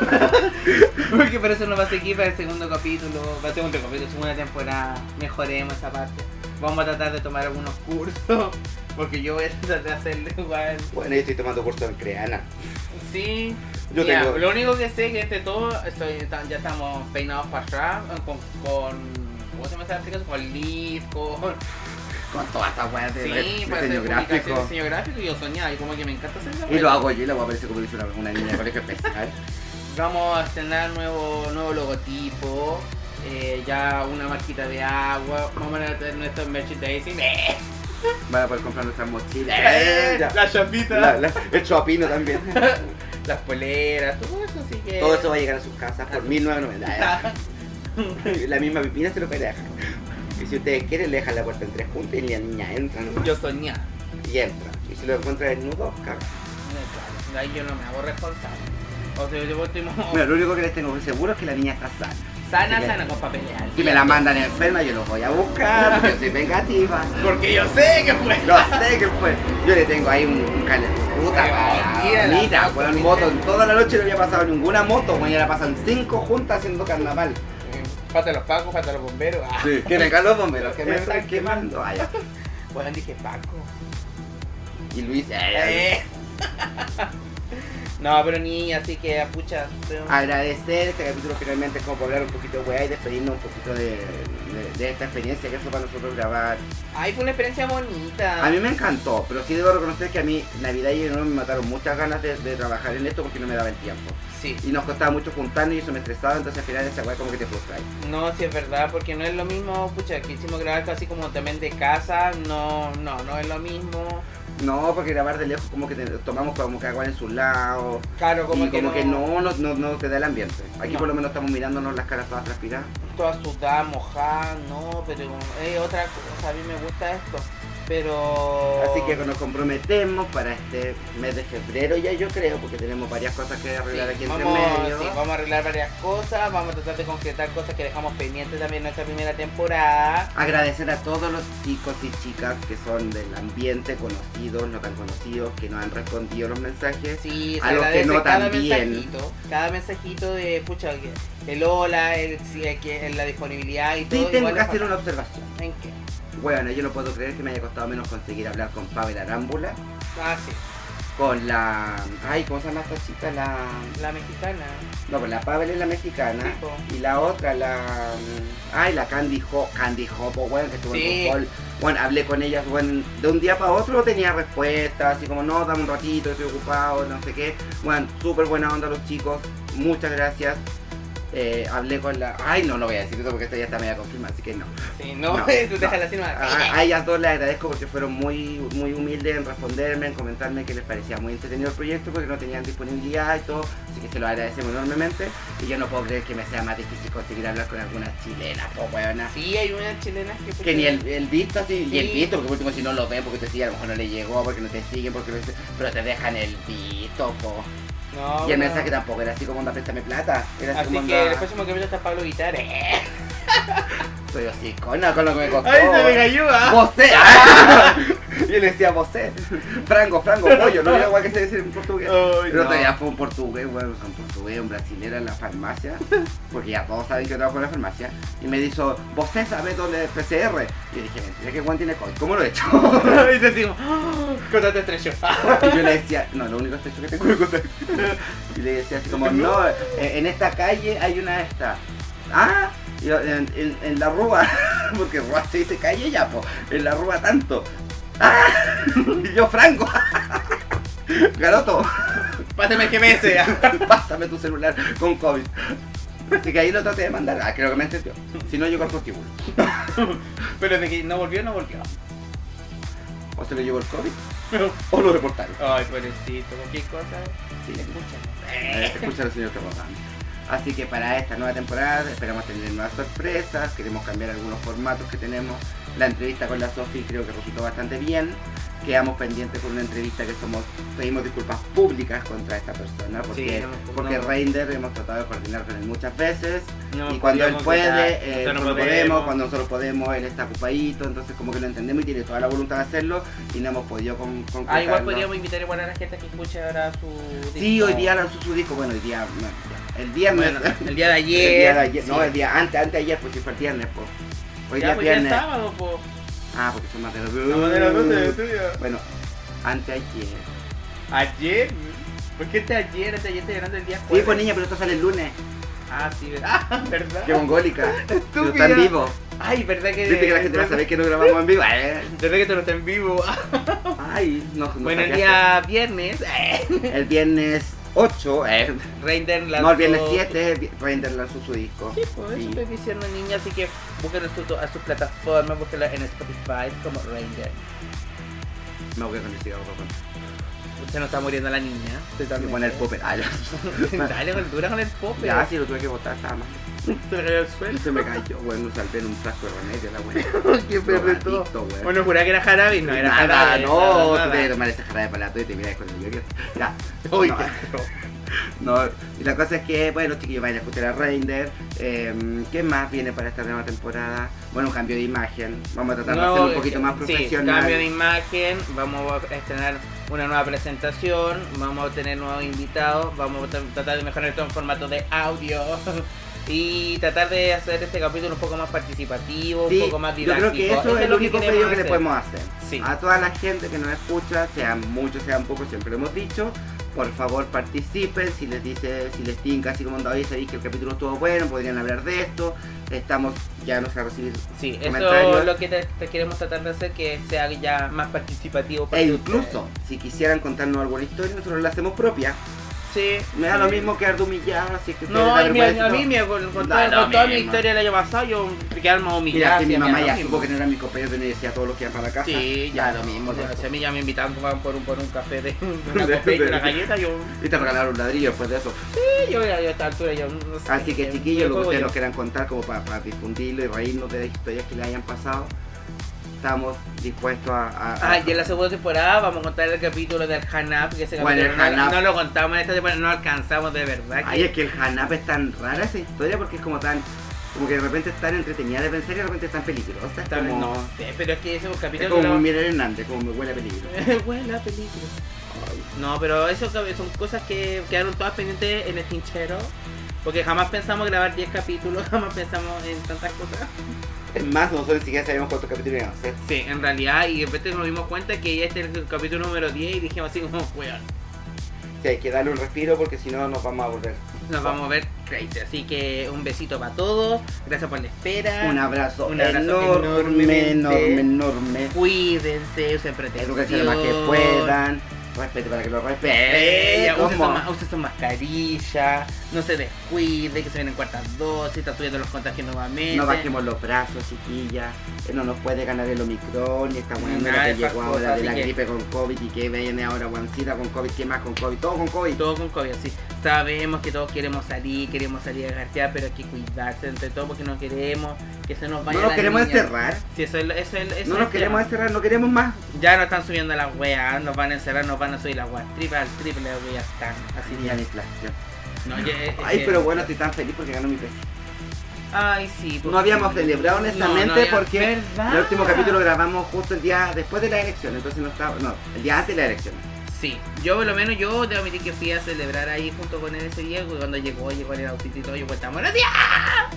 Speaker 2: Porque por eso nos va a seguir para el segundo capítulo, para el segundo capítulo, segunda temporada, mejoremos esa parte. Vamos a tratar de tomar algunos cursos, porque yo voy a tratar de hacerlo igual.
Speaker 1: Bueno, yo estoy tomando curso en creana.
Speaker 2: Sí,
Speaker 1: Yo
Speaker 2: ya,
Speaker 1: tengo-
Speaker 2: lo único que sé es que entre todo estoy, ta- ya estamos peinados para atrás eh, con, con ¿cómo se llama esta aplicación? Con Leaf,
Speaker 1: (laughs)
Speaker 2: con
Speaker 1: Con todas estas weas de re-
Speaker 2: sí, para hacer
Speaker 1: diseño
Speaker 2: publicaciones de
Speaker 1: gráfico.
Speaker 2: diseño gráfico y yo soñaba y como que me encanta hacerlo.
Speaker 1: Y lo hago yo y la voy a parecer como lo hizo una, una niña de colegio especial.
Speaker 2: Vamos a estrenar nuevo, nuevo logotipo, eh, ya una marquita de agua, vamos a tener nuestro merchandising. ¡Eh!
Speaker 1: Van a poder comprar nuestras mochilas.
Speaker 2: ¡Eh!
Speaker 1: Ya.
Speaker 2: (laughs) La chapita,
Speaker 1: La- la- el chopino también.
Speaker 2: las poleras, todo eso así que.
Speaker 1: Todo eso va a llegar a sus casas por 1990. La misma pipina se lo puede dejar. Y si ustedes quieren, le dejan la puerta en tres juntas y la niña entra nomás.
Speaker 2: (laughs) Yo soñaba.
Speaker 1: Y entra. Y si lo encuentra desnudo, caga.
Speaker 2: No, claro, de ahí yo no me hago responsable. O sea, yo estuvimos
Speaker 1: Mira, lo único que les tengo seguro es que la niña está sana.
Speaker 2: sana,
Speaker 1: sí,
Speaker 2: sana con papeles. al
Speaker 1: Si me
Speaker 2: día.
Speaker 1: la mandan enferma, yo los voy a buscar porque yo soy vengativa.
Speaker 2: Porque yo sé que fue.
Speaker 1: No sé qué fue. Yo le tengo ahí un, un cal- Puta,
Speaker 2: Mira, la
Speaker 1: mira,
Speaker 2: moto,
Speaker 1: con
Speaker 2: mira.
Speaker 1: moto. En Toda la noche no había pasado ninguna moto. Mañana pasan cinco juntas haciendo carnaval.
Speaker 2: Falta los pacos, falta los bomberos. Ah.
Speaker 1: Que me caen los bomberos, que me
Speaker 2: Eso.
Speaker 1: están quemando. Ay, ay.
Speaker 2: Bueno, dije Paco.
Speaker 1: y Luis, ay, ay.
Speaker 2: Eh. (laughs) No, pero ni así que, ah, pucha, pero-
Speaker 1: Agradecer este capítulo finalmente como para hablar un poquito de weá y despedirnos un poquito de, de- de esta experiencia que fue para nosotros grabar.
Speaker 2: Ay, fue una experiencia bonita.
Speaker 1: A mí me encantó, pero sí debo reconocer que a mí Navidad y Año Nuevo me mataron muchas ganas de, de trabajar en esto porque no me daba el tiempo.
Speaker 2: Sí.
Speaker 1: Y nos costaba mucho juntarnos y eso me estresaba, entonces al final esa weá como que te frustra.
Speaker 2: No, sí es verdad, porque no es lo mismo, pucha, que hicimos grabar casi como también de casa, no, no, no es lo mismo.
Speaker 1: No, porque grabar de lejos como que te- tomamos como cada cual en su lado.
Speaker 2: Claro, como,
Speaker 1: y
Speaker 2: que,
Speaker 1: como
Speaker 2: no,
Speaker 1: que no, no, no, no te da el ambiente. Aquí
Speaker 2: No.
Speaker 1: por lo menos estamos mirándonos las caras todas transpiradas.
Speaker 2: Toda sudada, mojada, no, pero es otra cosa, a mí me gusta esto. Pero...
Speaker 1: Así que nos comprometemos para este mes de febrero ya yo creo, porque tenemos varias cosas que
Speaker 2: Sí,
Speaker 1: arreglar aquí entre
Speaker 2: vamos,
Speaker 1: medio.
Speaker 2: sí, vamos a arreglar varias cosas, vamos a tratar de concretar cosas que dejamos pendientes también en nuestra primera temporada.
Speaker 1: Agradecer a todos los chicos y chicas que son del ambiente, conocidos, no tan conocidos, que nos han respondido los mensajes.
Speaker 2: Sí, se
Speaker 1: A los que
Speaker 2: agradece
Speaker 1: no
Speaker 2: cada
Speaker 1: también.
Speaker 2: mensajito, cada mensajito de, pucha, el hola, el, sí, que- la disponibilidad y todo.
Speaker 1: Sí, tengo
Speaker 2: igual
Speaker 1: que
Speaker 2: es
Speaker 1: hacer
Speaker 2: bacán.
Speaker 1: una observación.
Speaker 2: ¿En qué?
Speaker 1: Bueno, yo no puedo creer que me haya costado menos conseguir hablar con Pavel Arámbula,
Speaker 2: Ah, sí.
Speaker 1: con la... Ay, ¿cómo se llama esta chica? La...
Speaker 2: La mexicana.
Speaker 1: No, pues la Pavel es la mexicana.
Speaker 2: Sí, po.
Speaker 1: Y la otra, la. Ay, la Candy Ho, Candy Hopo, bueno, que estuvo
Speaker 2: Sí.
Speaker 1: en Control. Bueno, hablé con ellas, bueno, de un día para otro tenía respuestas, así como, no, dame un ratito, estoy ocupado, no sé qué. Bueno, súper buena onda los chicos, muchas gracias. Eh, hablé con la. Ay, no, no voy a decir eso porque esta ya está media confirmada, así que no.
Speaker 2: Sí, no,
Speaker 1: (laughs)
Speaker 2: (laughs)
Speaker 1: No,
Speaker 2: tú
Speaker 1: no.
Speaker 2: déjala así nomás.
Speaker 1: Ah, A, a ellas dos les agradezco porque fueron muy, muy humildes en responderme, en comentarme que les parecía muy entretenido el proyecto porque no tenían disponibilidad y todo, así que se lo agradecemos enormemente. Y yo no puedo creer que me sea más difícil conseguir hablar con algunas chilenas, po weona.
Speaker 2: Sí, hay unas chilenas que...
Speaker 1: ah. Que ni el, el visto así, y el
Speaker 2: Sí.
Speaker 1: visto, porque por último si no lo ven porque te siguen, a lo mejor no le llegó, porque no te siguen, porque no sé, pero te dejan el visto, po.
Speaker 2: No,
Speaker 1: y el
Speaker 2: no.
Speaker 1: mensaje tampoco era así como onda, préstame plata, era así,
Speaker 2: Así
Speaker 1: como
Speaker 2: que
Speaker 1: onda,
Speaker 2: el próximo capítulo está Pablo ¿eh? Guitar.
Speaker 1: soy hocicona con lo que me ah. costó.
Speaker 2: cayó, (laughs)
Speaker 1: ¡Vosé! Yo le decía vosé. Frango, frango, pollo. No era igual que se decir en portugués.
Speaker 2: Ay,
Speaker 1: Pero
Speaker 2: no.
Speaker 1: todavía fue un portugués, bueno, un portugués, un brasilero en la farmacia. Porque ya todos saben que yo trabajo en la farmacia. Y me dijo, ¿vosé sabe dónde es PCR? Y yo dije, mentira que Juan tiene COVID. ¿Cómo lo he hecho?
Speaker 2: (laughs) Y decimos, ¡Ah! contate estrecho.
Speaker 1: (laughs) Y yo le decía, no, lo único estrecho que tengo es contacto. Y le decía así como, no, eh, en esta calle hay una esta. Ah, y yo, en, en- en la rúa, (laughs) porque rúa se dice calle ya, po, en la rúa tanto. Ah, (laughs) y yo Franco. (laughs) Garoto, (laughs)
Speaker 2: Pásame el GMS.
Speaker 1: pásame tu celular con COVID. Así que ahí lo traté de mandar. Ah, creo que me entendió. Si no llegó el prostíbulo.
Speaker 2: Pero de que no volvió, no volvió.
Speaker 1: O se le llegó el COVID o lo reportaron.
Speaker 2: Ay, pobrecito, cualquier cosa,
Speaker 1: Sí.
Speaker 2: escúchame.
Speaker 1: Eh, Escucha al señor Capodán. Así que para esta nueva temporada esperamos tener nuevas sorpresas, queremos cambiar algunos formatos que tenemos. La entrevista con la Sofi creo que resultó bastante bien. Quedamos pendientes con una entrevista que somos, pedimos disculpas públicas contra esta persona porque,
Speaker 2: no, no.
Speaker 1: porque Reinder hemos tratado de coordinar con él muchas veces
Speaker 2: No pues
Speaker 1: y cuando él
Speaker 2: podíamos
Speaker 1: puede,
Speaker 2: evitar,
Speaker 1: eh,
Speaker 2: nosotros
Speaker 1: nosotros
Speaker 2: no
Speaker 1: podemos, cuando nosotros podemos, él está ocupadito, entonces como que lo entendemos y tiene toda la voluntad de hacerlo y no hemos podido con,
Speaker 2: Ah, igual
Speaker 1: concretarlo.
Speaker 2: podríamos invitar igual a la gente que escuche ahora su.
Speaker 1: Sí,
Speaker 2: disco.
Speaker 1: hoy día lanzó su disco, bueno, hoy día, no, ya. el día no
Speaker 2: Bueno,
Speaker 1: es-
Speaker 2: el día de
Speaker 1: (laughs)
Speaker 2: ayer.
Speaker 1: el día de ayer, no,
Speaker 2: sí.
Speaker 1: el día antes, antes de ayer, porque fue el viernes, po. Hoy
Speaker 2: Ya,
Speaker 1: día
Speaker 2: pues, ya es
Speaker 1: viernes.
Speaker 2: sábado, po.
Speaker 1: ah, porque son más de los Bueno, antes ayer.
Speaker 2: Ayer, ¿por qué te ayer? Te ayer estoy llorando el día
Speaker 1: Sí,
Speaker 2: jueves.
Speaker 1: pues niña, pero esto sale el lunes.
Speaker 2: Ah, sí, ¿verdad? Ah, (laughs) ¿verdad?
Speaker 1: Qué mongólica. Pero
Speaker 2: (laughs) Estúpida.
Speaker 1: está en vivo.
Speaker 2: Ay, ¿verdad que.?
Speaker 1: Viste que la gente va a saber que no grabamos en
Speaker 2: (laughs)
Speaker 1: vivo. eh.
Speaker 2: ¿Verdad que te lo está en vivo? Ah,
Speaker 1: Ay, no, no
Speaker 2: bueno, el
Speaker 1: saqueaste.
Speaker 2: día viernes, eh,
Speaker 1: El viernes 8, eh.
Speaker 2: Reinder lanzó.
Speaker 1: No, el viernes 7, Render lanzó su disco.
Speaker 2: Sí, pues eso
Speaker 1: Sí.
Speaker 2: estoy diciendo, niña. Así que busquen en su, a sus plataformas, búsquenla en Spotify como Reinder.
Speaker 1: Me voy a conducir a otro con-
Speaker 2: Se nos está muriendo la niña.
Speaker 1: Y poner el popper. Ah, ya.
Speaker 2: (laughs) Dale, con dura con el pope.
Speaker 1: Ya, si lo tuve que botar, estaba mal.
Speaker 2: se cayó al
Speaker 1: Y
Speaker 2: suelo.
Speaker 1: (laughs) se me cayó, bueno, salté en un frasco de remedio, la
Speaker 2: (laughs)
Speaker 1: buena.
Speaker 2: Qué perrito.
Speaker 1: Drogadicto, weón.
Speaker 2: Bueno, juraba que era jarabe y no era
Speaker 1: nada,
Speaker 2: jarabe.
Speaker 1: no,
Speaker 2: nada,
Speaker 1: tú te
Speaker 2: nada.
Speaker 1: tomar esa jarabe para la tuya y te miras con el yoyo. Ya.
Speaker 2: (laughs) Uy,
Speaker 1: no,
Speaker 2: qué feo.
Speaker 1: no. Y la cosa es que, bueno, chiquillos, vayan a escuchar a Reinder. Eh, ¿Qué más viene para esta nueva temporada? Bueno, un cambio de imagen. Vamos a tratar de hacerlo un poquito más
Speaker 2: eh, sí,
Speaker 1: profesional.
Speaker 2: cambio de imagen, vamos a estrenar una nueva presentación, vamos a tener nuevos invitados, vamos a tra- tratar de mejorar todo en formato de audio (laughs) y tratar de hacer este capítulo un poco más participativo,
Speaker 1: Sí,
Speaker 2: un poco más
Speaker 1: yo
Speaker 2: didáctico.
Speaker 1: creo que eso, es el
Speaker 2: lo
Speaker 1: único
Speaker 2: queremos
Speaker 1: pedido que le
Speaker 2: hacer.
Speaker 1: podemos hacer.
Speaker 2: Sí.
Speaker 1: A toda la gente que nos escucha, sean muchos, sean pocos, siempre lo hemos dicho, por favor participen, si les dice, si les tinca así como onda, oye, sabéis que el capítulo estuvo bueno, podrían hablar de esto, estamos, ya nos va a recibir
Speaker 2: Sí, eso
Speaker 1: Comentarios.
Speaker 2: es lo que te, te queremos tratar de hacer, que sea ya más participativo. para
Speaker 1: e
Speaker 2: ustedes.
Speaker 1: incluso si quisieran contarnos alguna historia, nosotros la hacemos propia.
Speaker 2: Sí.
Speaker 1: Me da lo
Speaker 2: Sí.
Speaker 1: mismo quedar de humillado, así que ustedes
Speaker 2: No,
Speaker 1: da
Speaker 2: y mira,
Speaker 1: vergüenza,
Speaker 2: a mí
Speaker 1: no.
Speaker 2: me con, con
Speaker 1: Da
Speaker 2: todo-
Speaker 1: lo
Speaker 2: con toda mi
Speaker 1: mismo.
Speaker 2: historia el año pasado, yo quedé más
Speaker 1: Mira,
Speaker 2: humillado.
Speaker 1: si mi mamá ya supo que no era mi compañero de universidad, todos los que iban para la casa.
Speaker 2: Sí,
Speaker 1: (laughs) ya
Speaker 2: ya
Speaker 1: lo mismo.
Speaker 2: Ya,
Speaker 1: todo.
Speaker 2: si a mí ya me invitaron para- por un, por un café de (laughs)
Speaker 1: (laughs)
Speaker 2: una
Speaker 1: De-
Speaker 2: copeta y
Speaker 1: de-
Speaker 2: una galleta, yo,
Speaker 1: Y te regalaron un ladrillo después de eso.
Speaker 2: sí, yo ya- yo a esta altura yo no sé.
Speaker 1: Así que
Speaker 2: eh,
Speaker 1: chiquillos, lo que
Speaker 2: juego
Speaker 1: ustedes
Speaker 2: yo.
Speaker 1: nos quieran contar como para, para difundirlo y reírnos de las historias que le hayan pasado, estamos dispuestos a... a- a-
Speaker 2: Ah, y en la segunda temporada vamos a contar el capítulo del Hanap, que ese
Speaker 1: Bueno, el
Speaker 2: capítulo no-
Speaker 1: Hanap.
Speaker 2: no, lo contamos en esta temporada, no alcanzamos de verdad.
Speaker 1: Ay, es que el Hanap es tan rara esa historia porque es como tan... Como que de repente es tan entretenida de pensar y de repente es tan peligrosa. Es
Speaker 2: Tal vez
Speaker 1: como,
Speaker 2: no sé, pero es que ese
Speaker 1: es
Speaker 2: capítulo...
Speaker 1: como
Speaker 2: lo-
Speaker 1: Miguel Hernández, como me huele a peligro.
Speaker 2: (laughs) Buena película. No, pero eso que- son cosas que quedaron todas pendientes en el tinchero. Porque jamás pensamos grabar 10 capítulos, (laughs) jamás pensamos en tantas cosas.
Speaker 1: Es más, nosotros ni siquiera sabemos cuántos capítulos iban a hacer.
Speaker 2: Sí, en realidad, y de repente nos dimos cuenta que ya este es el capítulo número 10 y dijimos así como, weón,
Speaker 1: Sí, hay que darle un respiro porque si no nos vamos a aburrir.
Speaker 2: nos vamos a ver crazy. Así que un besito para todos, gracias por la espera.
Speaker 1: Un abrazo,
Speaker 2: Ah. Un abrazo
Speaker 1: enorme,
Speaker 2: enormemente.
Speaker 1: enorme, enorme.
Speaker 2: Cuídense, usen protección.
Speaker 1: Educación lo más que puedan. Respeto para que lo respeten.
Speaker 2: Ella, usa, Eh, su,
Speaker 1: ¿Cómo?
Speaker 2: ma- usa su mascarilla, no se descuide, que se vienen cuartas dosis, está subiendo los contagios nuevamente.
Speaker 1: No bajemos los brazos, chiquillas. Eh, No nos puede ganar el Omicron, ni esta
Speaker 2: Ni
Speaker 1: buena
Speaker 2: nada
Speaker 1: que
Speaker 2: de esas
Speaker 1: llegó
Speaker 2: cosas,
Speaker 1: ahora de
Speaker 2: así
Speaker 1: la
Speaker 2: que-
Speaker 1: gripe con COVID y que viene ahora guancita con COVID, que más con COVID? Todo con COVID.
Speaker 2: Todo con COVID, sí. Sabemos que todos queremos salir, queremos salir a gartear, pero hay que cuidarse entre todo porque no queremos que se nos vaya
Speaker 1: No nos
Speaker 2: la
Speaker 1: queremos
Speaker 2: niña.
Speaker 1: encerrar.
Speaker 2: Sí, eso es, lo- eso es, lo- eso
Speaker 1: No
Speaker 2: es
Speaker 1: nos
Speaker 2: el
Speaker 1: queremos
Speaker 2: tema.
Speaker 1: encerrar, no queremos más.
Speaker 2: Ya nos están subiendo las weas, nos van a encerrar, nos van a subir las weas triple al triple, ya están. Así
Speaker 1: Ni la inflación.
Speaker 2: No, ya- eh, es- es
Speaker 1: Ay,
Speaker 2: que-
Speaker 1: pero bueno, estoy tan feliz porque ganó mi peso.
Speaker 2: Ay, sí.
Speaker 1: No habíamos celebrado honestamente porque
Speaker 2: ¿Verdad?
Speaker 1: el último capítulo grabamos justo el día después de la elección, entonces no estaba. No, el día antes de la elección.
Speaker 2: Sí, yo por lo menos yo debo admitir que fui a celebrar ahí junto con él ese día, y cuando llegó, llegó en el autito y todo, yo pues estamos buenos días.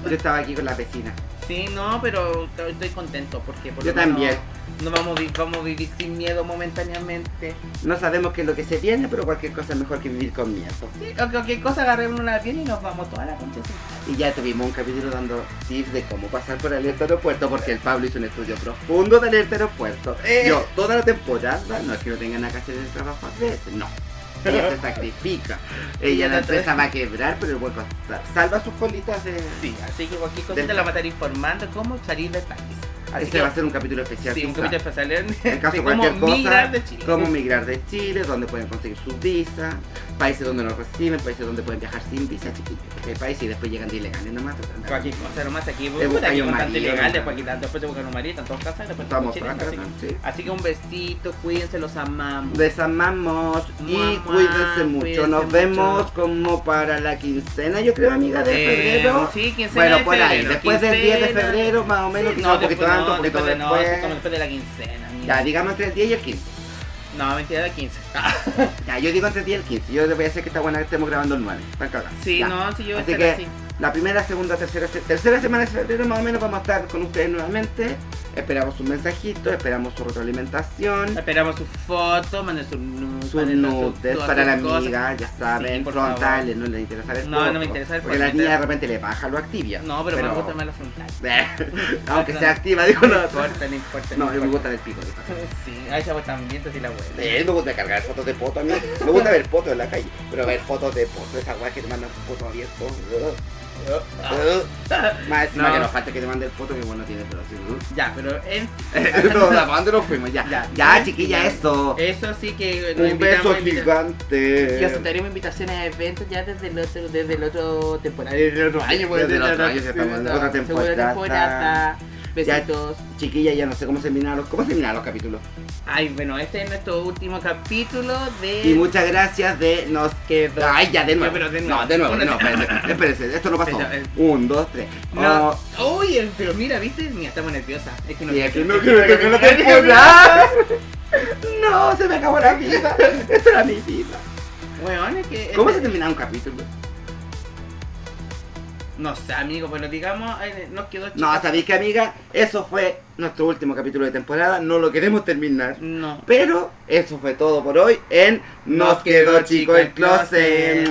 Speaker 1: Yo estaba aquí con la vecina.
Speaker 2: Sí, no, pero estoy- estoy contento porque por
Speaker 1: Yo
Speaker 2: lo menos
Speaker 1: también.
Speaker 2: No vamos a, vi- vamos a vivir sin miedo momentáneamente.
Speaker 1: No sabemos qué es lo que se viene, pero cualquier cosa es mejor que vivir con miedo.
Speaker 2: Sí, o cualquier cosa agarremos una piel y nos vamos toda la concha. sin-
Speaker 1: Y ya tuvimos un capítulo dando tips de cómo pasar por alerta aeropuerto, porque el Pablo hizo un estudio profundo de alerta aeropuerto.
Speaker 2: Eh.
Speaker 1: Yo, toda la temporada, no es que no tenga nada que hacer en el trabajo a veces, no. Ella
Speaker 2: (laughs)
Speaker 1: se sacrifica. Ella la empresa va a quebrar, pero bueno, salva sus colitas de...
Speaker 2: Sí, así que cualquier
Speaker 1: Del
Speaker 2: cosita la va a estar informando cómo salir del país. Así
Speaker 1: Este
Speaker 2: que-
Speaker 1: va a ser un capítulo especial.
Speaker 2: Sí, pues, un
Speaker 1: quizá.
Speaker 2: capítulo
Speaker 1: (laughs)
Speaker 2: especial en (laughs)
Speaker 1: En caso de
Speaker 2: de cómo
Speaker 1: cualquier cosa,
Speaker 2: migrar de Chile.
Speaker 1: Cómo migrar de Chile, dónde pueden conseguir su visa, países donde nos reciben, países donde pueden viajar sin visa, chiquillos. El país y después llegan de ilegales nomás.
Speaker 2: Cualquier cosa nomás aquí,
Speaker 1: Te
Speaker 2: puta,
Speaker 1: buscan
Speaker 2: aquí
Speaker 1: un
Speaker 2: bastante
Speaker 1: marido,
Speaker 2: legal,
Speaker 1: nomás.
Speaker 2: después, quitan- después te buscan un marido, están todos casados, después te
Speaker 1: Estamos
Speaker 2: buscan
Speaker 1: para acá,
Speaker 2: chilenos, así que-
Speaker 1: sí.
Speaker 2: Así que un besito, cuídense, los amamos.
Speaker 1: Les amamos y
Speaker 2: Mua, mua,
Speaker 1: cuídense mucho.
Speaker 2: cuídense
Speaker 1: Nos
Speaker 2: mucho.
Speaker 1: vemos como para la quincena, yo creo, amiga, de
Speaker 2: Eh,
Speaker 1: febrero.
Speaker 2: sí, quincena
Speaker 1: bueno,
Speaker 2: de
Speaker 1: por ahí,
Speaker 2: febrero,
Speaker 1: después del 10 de
Speaker 2: quincena.
Speaker 1: febrero, más o menos,
Speaker 2: Sí,
Speaker 1: quizá un
Speaker 2: después
Speaker 1: poquito antes,
Speaker 2: no,
Speaker 1: un poquito
Speaker 2: después de- no,
Speaker 1: después.
Speaker 2: como después de la quincena.
Speaker 1: Ya,
Speaker 2: mira.
Speaker 1: digamos entre el 10 y el 15.
Speaker 2: No, mentira, de Ah, 15.
Speaker 1: Ya, yo digo entre el 10 y el 15. Yo les voy a decir que está buena que estemos grabando el 9. Están cagados.
Speaker 2: Sí,
Speaker 1: Ya.
Speaker 2: no, si yo
Speaker 1: Así
Speaker 2: estaré
Speaker 1: que-
Speaker 2: así.
Speaker 1: La primera, segunda, tercera, se- tercera semana de febrero más o menos vamos a estar con ustedes nuevamente. Esperamos un mensajito, esperamos su retroalimentación,
Speaker 2: Esperamos sus fotos, manden sus nudes.
Speaker 1: sus
Speaker 2: manden
Speaker 1: nudes
Speaker 2: todas
Speaker 1: para la
Speaker 2: sus cosas.
Speaker 1: amiga, ya saben,
Speaker 2: por
Speaker 1: frontales, no les interesa el
Speaker 2: No, no me
Speaker 1: foto,
Speaker 2: interesa el
Speaker 1: Porque la
Speaker 2: frontal.
Speaker 1: niña de repente le baja lo activia.
Speaker 2: No, pero, me gusta más la frontal.
Speaker 1: Aunque sea activa, dijo (laughs)
Speaker 2: No
Speaker 1: no.
Speaker 2: importa, no importa.
Speaker 1: No, me gusta
Speaker 2: importa.
Speaker 1: el pico, dijo.
Speaker 2: Sí, a ella pues también te sí la hueá.
Speaker 1: Eh, me gusta cargar fotos de poto a mí. Me gusta ver fotos en la calle, pero ver fotos de poto, esa guay que te mandan fotos abiertos. Más encima
Speaker 2: No.
Speaker 1: que nos falta que te mande el foto que bueno tiene, pero
Speaker 2: (laughs)
Speaker 1: sí.
Speaker 2: Ya, pero en
Speaker 1: no, ¿a dónde nos fuimos? Ya, ya,
Speaker 2: Ya.
Speaker 1: chiquilla,
Speaker 2: Ya.
Speaker 1: eso.
Speaker 2: Eso sí que nos
Speaker 1: Un beso
Speaker 2: invitamos a invitar-
Speaker 1: gigante.
Speaker 2: Y aceptaremos invitaciones a eventos ya desde el otro, desde el otro temporada, desde el otro año, pues,
Speaker 1: Desde el otro
Speaker 2: la-
Speaker 1: año, ya estamos en
Speaker 2: desde
Speaker 1: otra
Speaker 2: la segunda
Speaker 1: temporada.
Speaker 2: temporada. Besitos.
Speaker 1: Chiquilla, ya no sé cómo se terminan los, cómo se terminan los capítulos.
Speaker 2: Ay, bueno, este es nuestro último capítulo de...
Speaker 1: Y muchas gracias de nos
Speaker 2: Eh, Quedó.
Speaker 1: Ay, ya de nuevo.
Speaker 2: Ya, pero de nuevo.
Speaker 1: No, de nuevo,
Speaker 2: Una-
Speaker 1: no, espérense, espérense, esto no
Speaker 2: (laughs)
Speaker 1: pasó.
Speaker 2: Pero, eh,
Speaker 1: Un, dos, tres.
Speaker 2: No.
Speaker 1: Oh,
Speaker 2: Uy, el- pero mira, ¿viste? Mira, estamos nerviosas. Es que no
Speaker 1: y
Speaker 2: quiero-
Speaker 1: aquí (laughs) no quiero
Speaker 2: es que
Speaker 1: terminar la
Speaker 2: quiero-
Speaker 1: temporada. (laughs) No, se me acabó la vida. Esta era mi vida.
Speaker 2: Weón, es que...
Speaker 1: ¿Cómo
Speaker 2: es-
Speaker 1: se termina un capítulo?
Speaker 2: No sé, amigo, pero digamos, eh, nos quedó...
Speaker 1: No,
Speaker 2: chica.
Speaker 1: sabéis que amiga, eso fue nuestro último capítulo de temporada. No lo queremos terminar.
Speaker 2: No.
Speaker 1: Pero eso fue todo por hoy en Nos quedó chico el closet.